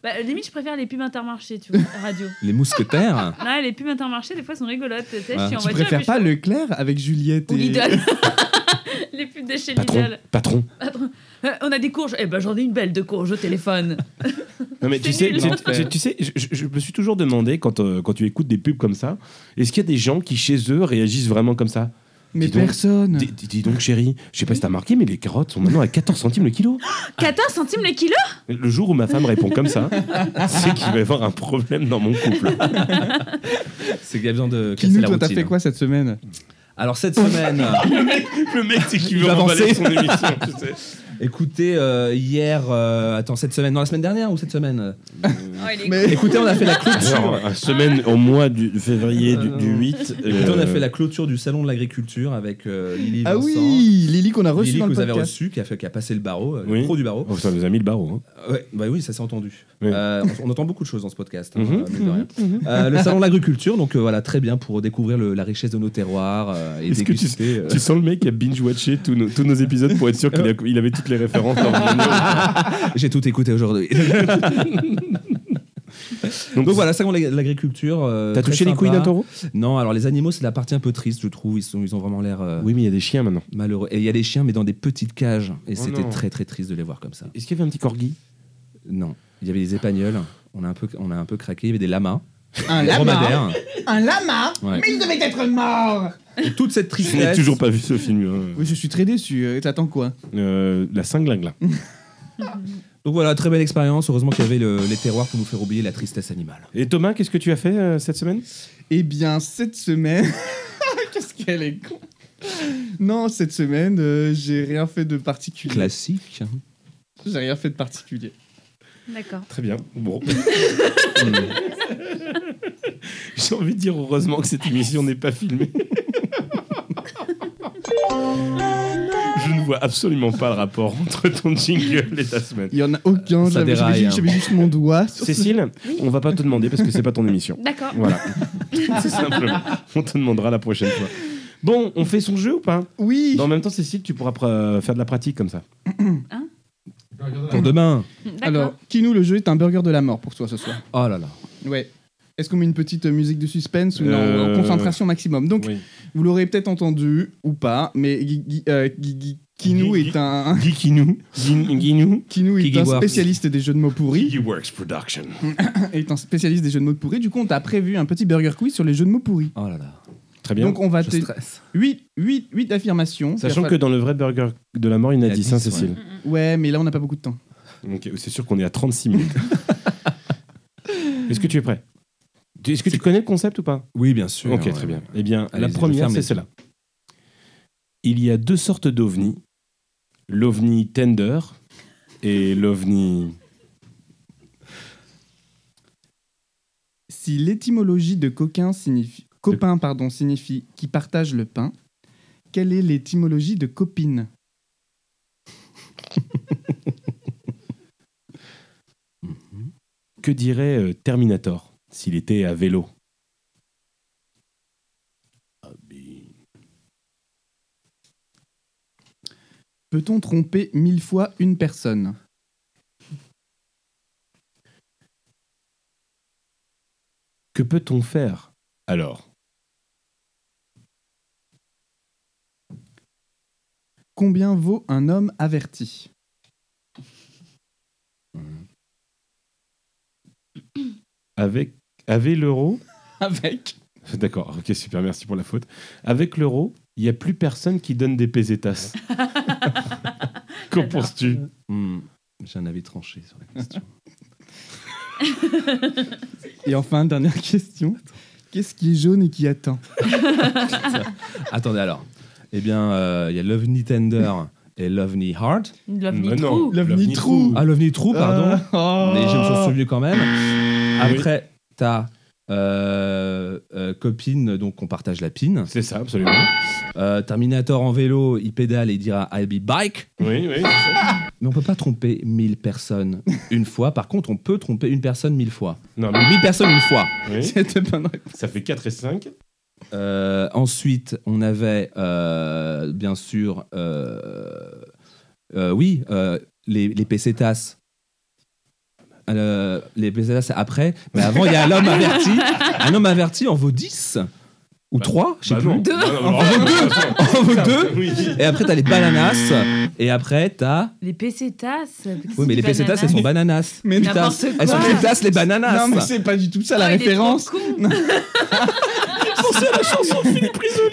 Speaker 4: Bah, limite, je préfère les pubs intermarchés, tu vois, à radio.
Speaker 3: Les mousquetaires
Speaker 4: Là, les pubs intermarchés, des fois, sont rigolotes. Tu sais,
Speaker 3: Ah.
Speaker 4: je suis en
Speaker 1: Tu
Speaker 4: voiture. et
Speaker 1: préfères
Speaker 4: puis
Speaker 1: pas
Speaker 4: je-
Speaker 1: Leclerc avec Juliette
Speaker 4: Ou
Speaker 1: et...
Speaker 4: Lidl. les pubs de chez
Speaker 2: Patron
Speaker 4: Lidl.
Speaker 2: Patron
Speaker 4: Euh, on a des courges. Eh ben, j'en ai une belle de courges au téléphone.
Speaker 2: Non mais
Speaker 4: C'est
Speaker 2: tu sais,
Speaker 4: nul.
Speaker 2: tu, tu- tu sais, je, je- je me suis toujours demandé quand, euh, quand tu écoutes des pubs comme ça, est-ce qu'il y a des gens qui chez eux réagissent vraiment comme ça
Speaker 1: Mais
Speaker 2: Dis donc.
Speaker 1: personne
Speaker 2: dis, dis- dis donc chérie, je sais pas si t'as remarqué, mais les carottes sont maintenant à 14 centimes le kilo.
Speaker 4: 14 centimes le kilo
Speaker 2: Le jour où ma femme répond comme ça, c'est qu'il va y avoir un problème dans mon couple.
Speaker 3: C'est qu'il y a besoin de casser
Speaker 1: Kinou,
Speaker 3: la
Speaker 1: toi, t'as
Speaker 3: routine. hein.
Speaker 1: fait quoi cette semaine
Speaker 3: Alors cette semaine,
Speaker 2: Le mec, c'est qu'il
Speaker 3: Il
Speaker 2: veut
Speaker 3: va
Speaker 2: remballer
Speaker 3: avancer.
Speaker 2: son émission, tu sais.
Speaker 3: écoutez, euh, hier, euh, attends, cette semaine, non la semaine dernière ou cette semaine
Speaker 4: oh, il est-
Speaker 1: Mais
Speaker 3: Écoutez, on a fait la clôture.
Speaker 2: Alors, euh, semaine au mois du de février du, du 8.
Speaker 3: Écoutez, on a
Speaker 2: euh,
Speaker 3: fait la clôture du salon de l'agriculture avec euh, Lily
Speaker 1: Ah
Speaker 3: Vincent.
Speaker 1: oui Lily qu'on a reçu
Speaker 3: Lily
Speaker 1: dans
Speaker 3: que
Speaker 1: le
Speaker 3: vous avez
Speaker 1: podcast.
Speaker 3: reçue, qui a, fait- qui a passé le barreau, euh,
Speaker 2: Oui.
Speaker 3: le pro du barreau.
Speaker 2: Oh, ça nous a mis le barreau. hein.
Speaker 3: Ouais, bah oui, ça s'est entendu.
Speaker 2: Oui.
Speaker 3: Euh, on, on entend beaucoup de choses dans ce podcast. hein,
Speaker 2: Mhm,
Speaker 3: euh, mine de rien. Euh, le salon de l'agriculture, donc euh, voilà, très bien pour découvrir le- la richesse de nos terroirs euh, et
Speaker 2: Est-ce que tu-
Speaker 3: déguster. euh,
Speaker 2: Tu sens le mec qui a binge-watché tous nos, tous nos épisodes pour être sûr qu'il a- il avait toutes les références. dans le
Speaker 3: euh, J'ai tout écouté aujourd'hui.
Speaker 2: menu.
Speaker 3: Donc voilà, ça on l'a- l'agriculture. euh,
Speaker 2: T'as
Speaker 3: très
Speaker 2: touché les
Speaker 3: sympa.
Speaker 2: couilles d'un taureau
Speaker 3: Non, alors les animaux, c'est la partie un peu triste, je trouve. Ils, sont, ils ont vraiment l'air euh,
Speaker 2: Oui, mais il y a des chiens maintenant.
Speaker 3: malheureux. Et il y a des chiens, mais dans des petites cages. Et
Speaker 2: Oh
Speaker 3: c'était
Speaker 2: non.
Speaker 3: très très triste de les voir comme ça.
Speaker 2: Est-ce qu'il y avait un petit corgi
Speaker 3: Non, il y avait des épagnols. On a un peu, on a un peu craqué. Il y avait des lamas,
Speaker 1: Un
Speaker 3: des
Speaker 1: lama
Speaker 3: dromadaires.
Speaker 1: Un lama
Speaker 3: Ouais.
Speaker 1: Mais il devait être mort
Speaker 3: Et toute cette
Speaker 2: Je n'ai
Speaker 3: tristesse.
Speaker 2: toujours pas vu ce film. hein.
Speaker 1: Oui, je suis très déçu. euh, T'attends quoi
Speaker 2: Euh, la cinglingue là.
Speaker 3: Mm. Donc voilà, très belle expérience. Heureusement qu'il y avait le- les terroirs pour nous faire oublier la tristesse animale.
Speaker 2: Et Thomas, qu'est-ce que tu as fait euh, cette semaine
Speaker 1: Eh bien, cette semaine... Qu'est-ce qu'elle est con Non, cette semaine, euh, j'ai rien fait de particulier.
Speaker 3: Classique. hein.
Speaker 1: J'ai rien fait de particulier.
Speaker 4: D'accord.
Speaker 2: Très bien. Bon. J'ai envie de dire heureusement que cette émission n'est pas filmée. Je ne vois absolument pas le rapport entre ton jingle et ta semaine.
Speaker 1: Il y en a aucun.
Speaker 3: Euh, Ça
Speaker 1: J'avais
Speaker 3: déraille,
Speaker 1: j'avais juste-
Speaker 3: hein.
Speaker 1: j'avais juste mon doigt. sur ce-
Speaker 2: Cécile, on va pas te demander parce que c'est pas ton émission.
Speaker 4: D'accord.
Speaker 2: Voilà. Tout simplement. On te demandera la prochaine fois. Bon, on fait son jeu ou pas
Speaker 1: Oui.
Speaker 2: Non, En même temps, Cécile, tu pourras pr- euh, faire de la pratique comme ça.
Speaker 3: Pour demain.
Speaker 4: D'accord.
Speaker 1: Alors, Kinou, le jeu est un burger de la mort pour toi ce soir.
Speaker 3: Oh là là.
Speaker 1: Ouais. Est-ce qu'on met une petite euh, musique de suspense ou non
Speaker 2: Euh,
Speaker 1: en Concentration maximum. Donc,
Speaker 2: Oui.
Speaker 1: vous l'aurez peut-être entendu ou pas, mais Gui- Gui- euh, Gui- Gui- Kinou
Speaker 2: Gui-
Speaker 1: est un
Speaker 2: Guy Kinou. Guy- Guinou.
Speaker 1: Kinou est
Speaker 3: Kiki
Speaker 1: un
Speaker 3: Warps.
Speaker 1: spécialiste des jeux de mots pourris.
Speaker 2: Guy Works Production.
Speaker 1: est un spécialiste des jeux de mots pourris. Du coup, on t'a prévu un petit burger quiz sur les jeux de mots pourris.
Speaker 3: Oh là là.
Speaker 2: Très bien.
Speaker 1: Donc, on va
Speaker 3: Je
Speaker 1: te
Speaker 3: stresse.
Speaker 1: 8, 8, 8 affirmations.
Speaker 2: Sachant
Speaker 1: Il va
Speaker 2: que dans le vrai burger de la mort, il y en a
Speaker 3: Il y a
Speaker 2: 10, hein,
Speaker 3: 10, ouais.
Speaker 2: Cécile.
Speaker 4: Mm,
Speaker 1: falloir- Ouais, mais là, on n'a pas beaucoup de temps.
Speaker 3: Mm.
Speaker 2: Donc, c'est sûr qu'on est à 36 minutes. Est-ce que tu es prêt Tu- Est-ce que tu connais le concept ou pas
Speaker 3: Oui, bien sûr.
Speaker 2: Ok,
Speaker 3: ouais,
Speaker 2: très
Speaker 3: ouais.
Speaker 2: bien. Eh bien, la
Speaker 3: Allez-y, je
Speaker 2: première,
Speaker 3: ferme
Speaker 2: c'est
Speaker 3: les
Speaker 2: celle-là. Il y a deux sortes d'ovnis. L'ovni tender et l'ovni...
Speaker 1: Si l'étymologie de coquin signifie... copain pardon, signifie qui partage le pain, quelle est l'étymologie de copine
Speaker 3: Mhm.
Speaker 2: Que dirait euh, Terminator s'il était à vélo
Speaker 1: Peut-on tromper mille fois une personne
Speaker 2: Que peut-on faire alors
Speaker 1: Combien vaut un homme averti
Speaker 2: Avec, avec l'euro
Speaker 1: Avec
Speaker 2: D'accord, ok, super, merci pour la faute. Avec l'euro, il n'y a plus personne qui donne des pesetas. Qu'en
Speaker 4: J'adore.
Speaker 2: penses-tu
Speaker 3: Hmm. J'ai un avis tranché sur la question.
Speaker 1: Et enfin, dernière question. Qu'est-ce qui est jaune et qui attend
Speaker 3: Attendez alors. Eh bien, euh, il y a l'OVNI Tender et l'OVNI Heart.
Speaker 4: L'OVNI
Speaker 2: Mais Bah non.
Speaker 4: trou.
Speaker 1: L'OVNI trou.
Speaker 3: Ah, l'OVNI Trou,
Speaker 2: Euh,
Speaker 3: pardon.
Speaker 2: oh.
Speaker 1: Ah.
Speaker 3: Mais je me suis souvenu quand même.
Speaker 2: Oui,
Speaker 3: Après, t'as euh, euh, copine, donc on partage la pine.
Speaker 2: c'est ça, absolument.
Speaker 3: Euh, Terminator en vélo, il pédale et il dira I'll be bike.
Speaker 2: Oui, oui, c'est ça.
Speaker 3: Mais on peut pas tromper 1000 personnes une fois. Par contre, on peut tromper une personne 1000 fois.
Speaker 2: Non, mais
Speaker 3: 1000 personnes une fois.
Speaker 2: oui,
Speaker 1: C'était pas une réponse.
Speaker 2: ça fait 4 et 5.
Speaker 3: Euh, ensuite, on avait euh, bien sûr, euh, euh, oui, euh, les, les pesetas. Euh, les pesetas, c'est après. Mais avant, il y a l'homme averti. Un homme averti en vaut 10 ou 3, je sais
Speaker 2: Bah
Speaker 3: plus.
Speaker 2: non.
Speaker 4: Deux.
Speaker 2: Non, non, non,
Speaker 3: En vaut deux. En vaut deux.
Speaker 2: Oui.
Speaker 3: Et après, t'as les bananas. Et après, t'as.
Speaker 4: Les pesetas.
Speaker 3: Oui, mais les pesetas, elles sont bananas.
Speaker 1: Mais
Speaker 3: Putain,
Speaker 4: n'importe
Speaker 3: elles sont
Speaker 4: quoi.
Speaker 3: pesetas, les bananas.
Speaker 1: Non, mais c'est pas du tout Ah,
Speaker 4: Oh, Ah,
Speaker 1: ça la référence.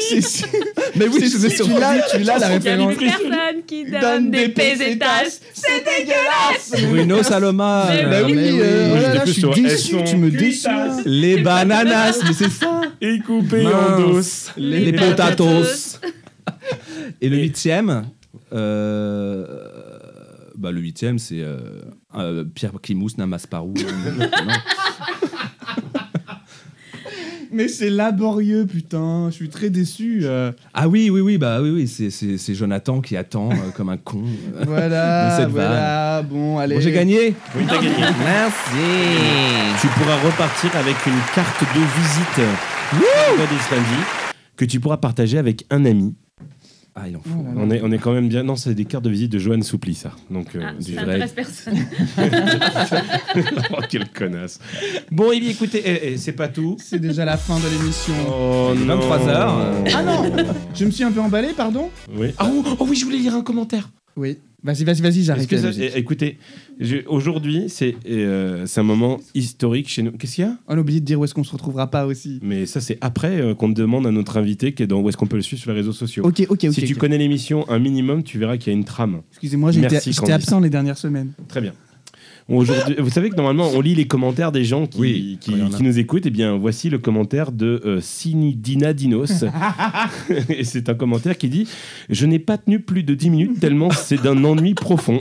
Speaker 1: C'est sûr.
Speaker 3: Mais oui,
Speaker 1: C'est-
Speaker 3: je sais
Speaker 1: tu l'as, tu l'as la
Speaker 4: Il y a une
Speaker 1: référence.
Speaker 4: personne qui donne des pesetas.
Speaker 1: E C'est dégueulasse.
Speaker 3: Bruno Saloma.
Speaker 4: Mais
Speaker 1: Bah oui,
Speaker 3: mais
Speaker 1: euh, oh
Speaker 2: Moi,
Speaker 1: là
Speaker 2: j'étais
Speaker 1: là,
Speaker 2: plus
Speaker 1: je suis
Speaker 2: sur elles
Speaker 1: déçu,
Speaker 2: sont
Speaker 1: tu me déçus.
Speaker 2: cuitas.
Speaker 3: Les bananas, mais c'est ça.
Speaker 2: Et coupé en
Speaker 3: Mince.
Speaker 2: dos.
Speaker 3: Les,
Speaker 4: Les
Speaker 3: potatoes. Et le
Speaker 2: Et-
Speaker 3: huitième, euh, bah, le huitième, c'est euh, euh, Pierre Climous, Namas Parou.
Speaker 1: Mais c'est laborieux, putain. Je suis très déçu. euh.
Speaker 3: ah oui, oui, oui, bah oui, oui, c'est- c'est c'est Jonathan qui attend euh, comme un con. Euh,
Speaker 1: Voilà.
Speaker 3: Mais cette
Speaker 1: voilà. Bon, allez.
Speaker 3: bon, j'ai gagné.
Speaker 2: Oui, t'as gagné.
Speaker 3: Merci.
Speaker 2: Tu pourras repartir avec une carte de visite euh, Walt Disney, que tu pourras partager avec un ami.
Speaker 3: Ah, il en faut.
Speaker 2: On est, on est quand même bien. Non, c'est des cartes de visite de Johan Soupli, ça. Donc, euh,
Speaker 4: Ah,
Speaker 2: du
Speaker 4: ça
Speaker 2: vrai.
Speaker 4: intéresse personne.
Speaker 2: oh, quelle connasse. Bon, et bien, écoutez, eh, eh, c'est pas tout.
Speaker 1: C'est déjà la fin de l'émission.
Speaker 2: Oh,
Speaker 3: Il est 23 heures.
Speaker 1: Ah non Je me suis un peu emballé, pardon
Speaker 2: Oui. Ah, oh, oh oui, je voulais lire un commentaire.
Speaker 1: Oui. Vas-y, vas-y, vas-y,
Speaker 2: Est-ce
Speaker 1: j'arrive.
Speaker 2: que ça- eh, écoutez, je- aujourd'hui, c'est euh, c'est un moment historique chez nous. Qu'est-ce qu'il y a
Speaker 1: On a oublié de dire où est-ce qu'on se retrouvera pas aussi.
Speaker 2: Mais ça, c'est après euh, qu'on te demande à notre invité qui est dans où est-ce qu'on peut le suivre sur les réseaux sociaux.
Speaker 1: Ok, ok, ok.
Speaker 2: si tu
Speaker 1: ok.
Speaker 2: connais l'émission un minimum, tu verras qu'il y a une trame.
Speaker 1: Excusez-moi, j'étais
Speaker 2: Merci,
Speaker 1: j'étais
Speaker 2: Candice.
Speaker 1: absent les dernières semaines.
Speaker 2: Très bien. Aujourd'hui, vous savez que normalement on lit les commentaires des gens qui,
Speaker 3: Oui,
Speaker 2: qui,
Speaker 3: quand il y en a.
Speaker 2: qui nous écoutent. Et bien, voici le commentaire de euh, Sinidina Dinos. et c'est un commentaire qui dit Je n'ai pas tenu plus de 10 minutes tellement c'est d'un ennui profond.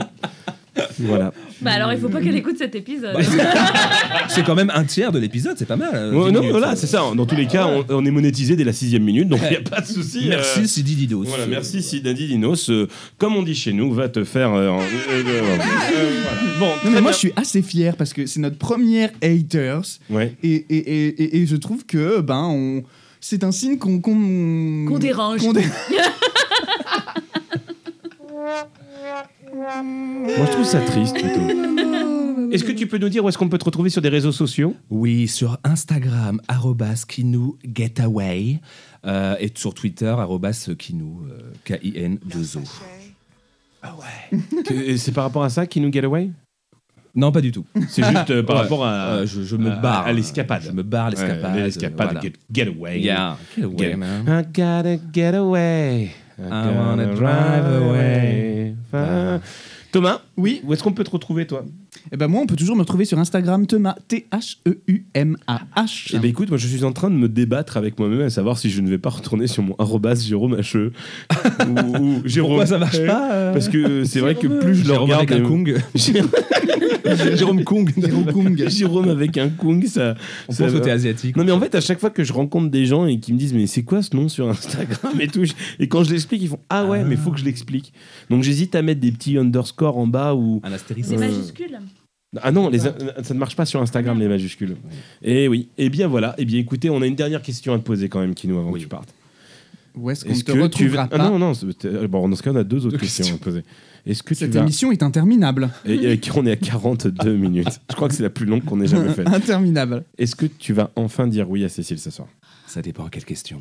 Speaker 2: Voilà.
Speaker 4: Bah alors, il faut
Speaker 1: Mm.
Speaker 4: pas qu'elle écoute cet épisode.
Speaker 3: Bah, c'est- c'est quand même un tiers de l'épisode, c'est pas mal. euh,
Speaker 2: Ouais,
Speaker 3: 10
Speaker 2: Oh, non,
Speaker 3: minutes,
Speaker 2: voilà,
Speaker 3: euh.
Speaker 2: c'est ça. Dans tous les cas, on, on est monétisé dès la sixième minute, donc il n'y a pas de souci.
Speaker 3: Merci
Speaker 2: euh,
Speaker 3: Sidi Didos.
Speaker 2: Voilà, merci Sidadi Dinos. Euh, comme on dit chez nous, va te faire. euh, en- euh, euh, euh, voilà. Bon,
Speaker 1: Non,
Speaker 2: très
Speaker 1: mais moi,
Speaker 2: bien.
Speaker 1: je suis assez fier parce que c'est notre première haters.
Speaker 2: Ouais.
Speaker 1: Et, et, et, et- et je trouve que ben, on... c'est un signe qu'on. Qu'on
Speaker 4: Qu'on dérange.
Speaker 1: qu'on dé-
Speaker 2: Moi, je trouve ça triste plutôt. Est-ce que tu peux nous dire où est-ce qu'on peut te retrouver sur des réseaux sociaux
Speaker 3: Oui, sur Instagram, arrobas Kinou Getaway. euh, et sur Twitter, arrobas Kinou, euh, K-I-N-2-O.
Speaker 2: C'est par rapport à ça qui nous get away
Speaker 3: Non, pas du tout.
Speaker 2: C'est juste euh, par
Speaker 3: Ouais.
Speaker 2: rapport à.
Speaker 3: Euh, je, je me
Speaker 2: à-
Speaker 3: barre.
Speaker 2: Ah, à l'escapade.
Speaker 3: Je me barre à l'escapade.
Speaker 2: Ouais, l'escapade,
Speaker 3: euh, voilà.
Speaker 2: get, get away.
Speaker 3: Yeah.
Speaker 2: Get-
Speaker 3: man.
Speaker 2: I gotta get away. I,
Speaker 3: wanna drive away.
Speaker 2: Ah. Thomas,
Speaker 1: Oui.
Speaker 2: où est-ce qu'on peut te retrouver, toi
Speaker 1: Et ben moi, on peut toujours me retrouver sur Instagram, Thema, E T-H-E-U-M-A-H.
Speaker 2: Eh ben écoute, moi je suis en train de me débattre avec moi-même à savoir si je ne vais pas retourner sur mon arrobas Jérôme Hacheux. ou, ou Jérôme.
Speaker 3: Pourquoi ça marche pas euh,
Speaker 2: Parce que euh, c'est vrai que plus je le
Speaker 3: Jérôme
Speaker 2: regarde. euh,
Speaker 3: avec un Kung. Jérôme Kung.
Speaker 1: Jérôme Kung.
Speaker 2: Jérôme avec un Kung, ça.
Speaker 3: On
Speaker 2: ça
Speaker 3: pense que
Speaker 2: va.
Speaker 3: t'es asiatique.
Speaker 2: Non mais en fait à chaque fois que je rencontre des gens et qui me disent mais c'est quoi ce nom sur Instagram et tout je- et quand je l'explique ils font ah ouais mais faut que je l'explique donc j'hésite à mettre des petits underscores en bas ou
Speaker 3: Un astérisque.
Speaker 1: Euh.
Speaker 4: C'est majuscule.
Speaker 2: ah non les, ça ne marche pas sur Instagram les majuscules et oui et bien voilà et bien écoutez on a une dernière question à te poser quand même Kino avant
Speaker 3: Oui.
Speaker 2: que tu partes
Speaker 1: Où est-ce qu'on
Speaker 2: Est-ce
Speaker 1: te
Speaker 2: que tu
Speaker 1: retrouvera
Speaker 2: ah
Speaker 1: pas
Speaker 2: non non c'est- euh, bon dans ce cas on a deux autres questions, à te poser est-ce que tu
Speaker 1: Cette
Speaker 2: vas
Speaker 1: émission est interminable.
Speaker 2: et, et on est à 42 minutes je crois que c'est la plus longue qu'on ait jamais faite
Speaker 1: Interminable.
Speaker 2: est-ce que tu vas enfin dire oui à Cécile ce soir
Speaker 3: Ça dépend à quelle question.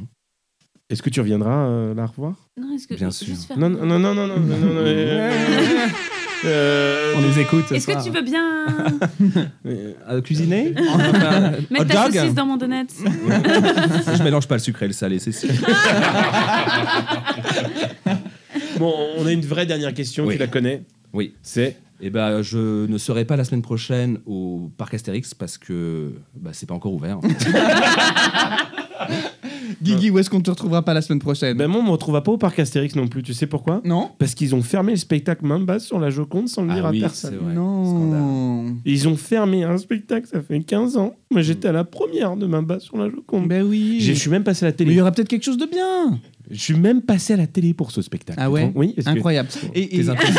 Speaker 2: est-ce que tu reviendras euh, la revoir
Speaker 4: Non, est-ce que
Speaker 3: Bien
Speaker 4: juste
Speaker 3: sûr.
Speaker 4: faire-
Speaker 2: Non, non, non, non, non, non, non, non, non, euh, euh,
Speaker 3: On nous écoute. ce
Speaker 4: Est-ce que
Speaker 3: soir.
Speaker 4: tu veux bien
Speaker 2: euh,
Speaker 3: Euh, cuisiner Enfin,
Speaker 4: mettre
Speaker 3: hot
Speaker 4: ta
Speaker 3: dog
Speaker 4: saucisse dans mon donut
Speaker 3: Je mélange pas le sucré et le salé, c'est sûr.
Speaker 2: Bon, on a une vraie dernière question,
Speaker 3: Oui.
Speaker 2: tu la connais
Speaker 3: Oui.
Speaker 2: C'est
Speaker 3: Eh ben, je ne serai pas la semaine prochaine au parc Astérix parce que bah, c'est pas encore ouvert.
Speaker 1: Guigui, où est-ce qu'on te retrouvera pas la semaine prochaine
Speaker 2: Ben moi, on me retrouvera pas au parc Astérix non plus, tu sais pourquoi
Speaker 1: Non
Speaker 2: Parce qu'ils ont fermé le spectacle Mamba sur la Joconde sans le
Speaker 3: Ah
Speaker 2: dire
Speaker 3: oui,
Speaker 2: à
Speaker 3: c'est
Speaker 2: personne.
Speaker 3: vrai. Scandale.
Speaker 1: Non.
Speaker 2: Ils ont fermé un spectacle, ça fait 15 ans. Moi, j'étais à la première de Mamba sur la Joconde.
Speaker 1: Ben oui.
Speaker 2: J'ai- Je suis même passé à la
Speaker 1: Mais il y
Speaker 2: télé.
Speaker 1: aura peut-être quelque chose de bien.
Speaker 2: Je suis même passé à la télé pour ce spectacle.
Speaker 1: Ah ouais
Speaker 2: Oui. parce que-
Speaker 1: Incroyable. Et, et,
Speaker 3: Tes impressions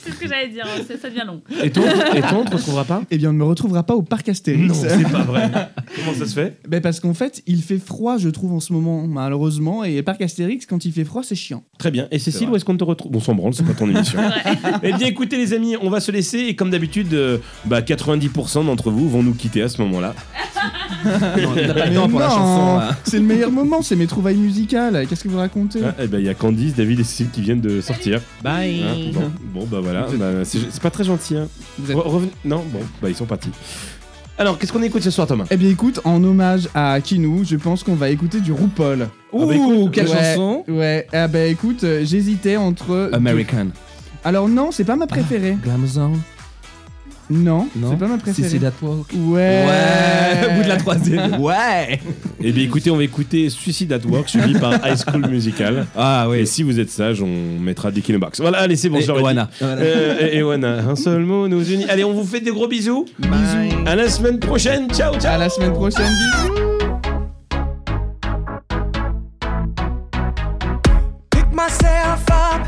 Speaker 4: C'est ce que j'allais dire, hein, c'est- ça devient long.
Speaker 2: Et toi, on- et toi, on te retrouvera pas
Speaker 1: eh bien, on ne me retrouvera pas au parc Astérix.
Speaker 2: Non, c'est pas vrai. Comment ça se fait
Speaker 1: Ben, parce qu'en fait, il fait froid, je trouve, en ce moment, malheureusement. Et le parc Astérix, quand il fait froid, c'est chiant.
Speaker 2: Très bien. Et Cécile,
Speaker 3: vrai.
Speaker 2: où est-ce qu'on te retrouve On s'en branle, c'est pas ton émission.
Speaker 4: Ouais.
Speaker 2: Eh bien écoutez les amis, on va se laisser et comme d'habitude, euh, bah, 90% d'entre vous vont nous quitter à ce moment-là.
Speaker 3: Non, t'as pas le
Speaker 1: Mais
Speaker 3: temps pour la
Speaker 1: non,
Speaker 3: chanson. là.
Speaker 1: C'est le meilleur moment, c'est mes trouvailles musicales. Qu'est-ce que vous racontez
Speaker 2: Ah, eh ben il y a Candice, David et Cécile qui viennent de sortir.
Speaker 3: Bye.
Speaker 2: Hein, bon, bon, bah voilà, Bah, c'est c'est pas très gentil. hein.
Speaker 1: Vous êtes-
Speaker 2: Re- reven- Non, bon, bah ils sont partis. Alors qu'est-ce qu'on écoute ce soir Thomas
Speaker 1: Eh bien, écoute, en hommage à Kinou, je pense qu'on va écouter du RuPaul.
Speaker 2: Ah bah, écoute,
Speaker 3: quelle
Speaker 1: ouais.
Speaker 3: chanson
Speaker 1: Ouais, ah bah écoute, euh, j'hésitais entre.
Speaker 3: American.
Speaker 1: Alors non, c'est pas ma préférée.
Speaker 3: Glamazon.
Speaker 1: Non,
Speaker 3: Non.
Speaker 1: c'est pas ma préférée.
Speaker 3: Sissy That Walk.
Speaker 1: Ouais.
Speaker 3: Ouais. Au bout de la troisième. Ouais.
Speaker 2: Eh bien écoutez, on va écouter Suicide at Work suivi par High School Musical.
Speaker 3: Ah
Speaker 2: Et
Speaker 3: oui.
Speaker 2: si vous êtes sage, on mettra des Kinobox. Voilà, allez c'est bon,
Speaker 3: Et
Speaker 2: j'aurais dit.
Speaker 3: Oana.
Speaker 2: Euh, et, et Oana, un seul mot nous unit. Allez, on vous fait des gros bisous. À la semaine prochaine. Ciao, ciao.
Speaker 1: À la semaine prochaine, bisous.
Speaker 8: pick myself up,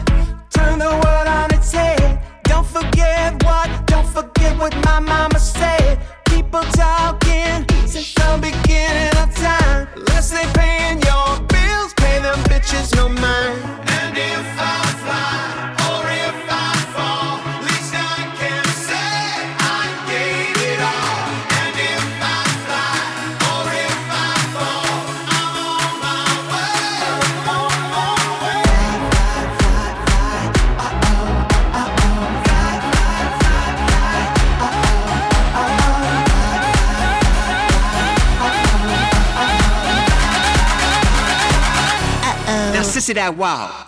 Speaker 8: turn the world on its head. Don't forget what, don't forget what my mama said. People talking since the beginning of time. Unless they paying your bills, pay them bitches no mind. And if I fly or if I fall, at least I can say I gave it all. And if I fly or if I fall, I'm on my way. I'm on my way.
Speaker 7: Now, sissy that wow.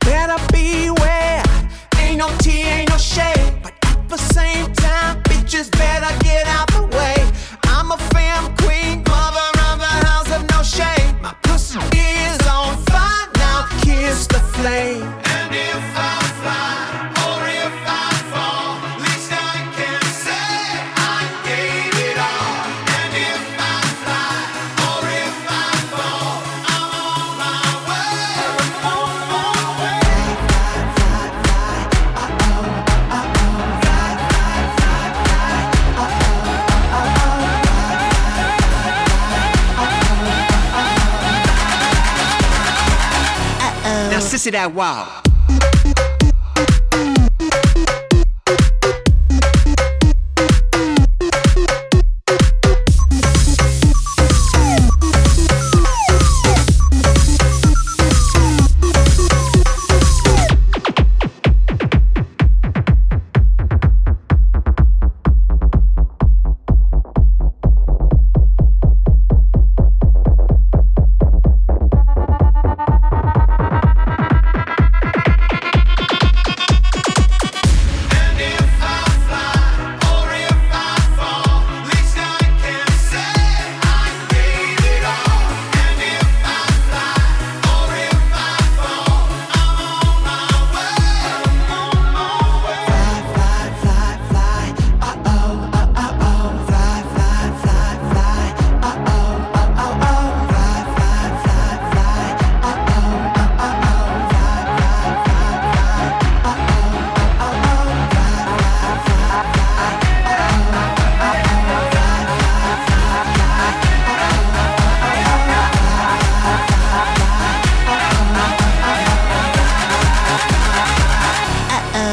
Speaker 8: Better beware. Ain't no tea, ain't no shade. This is that wow.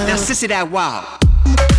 Speaker 8: Now, sissy that wow.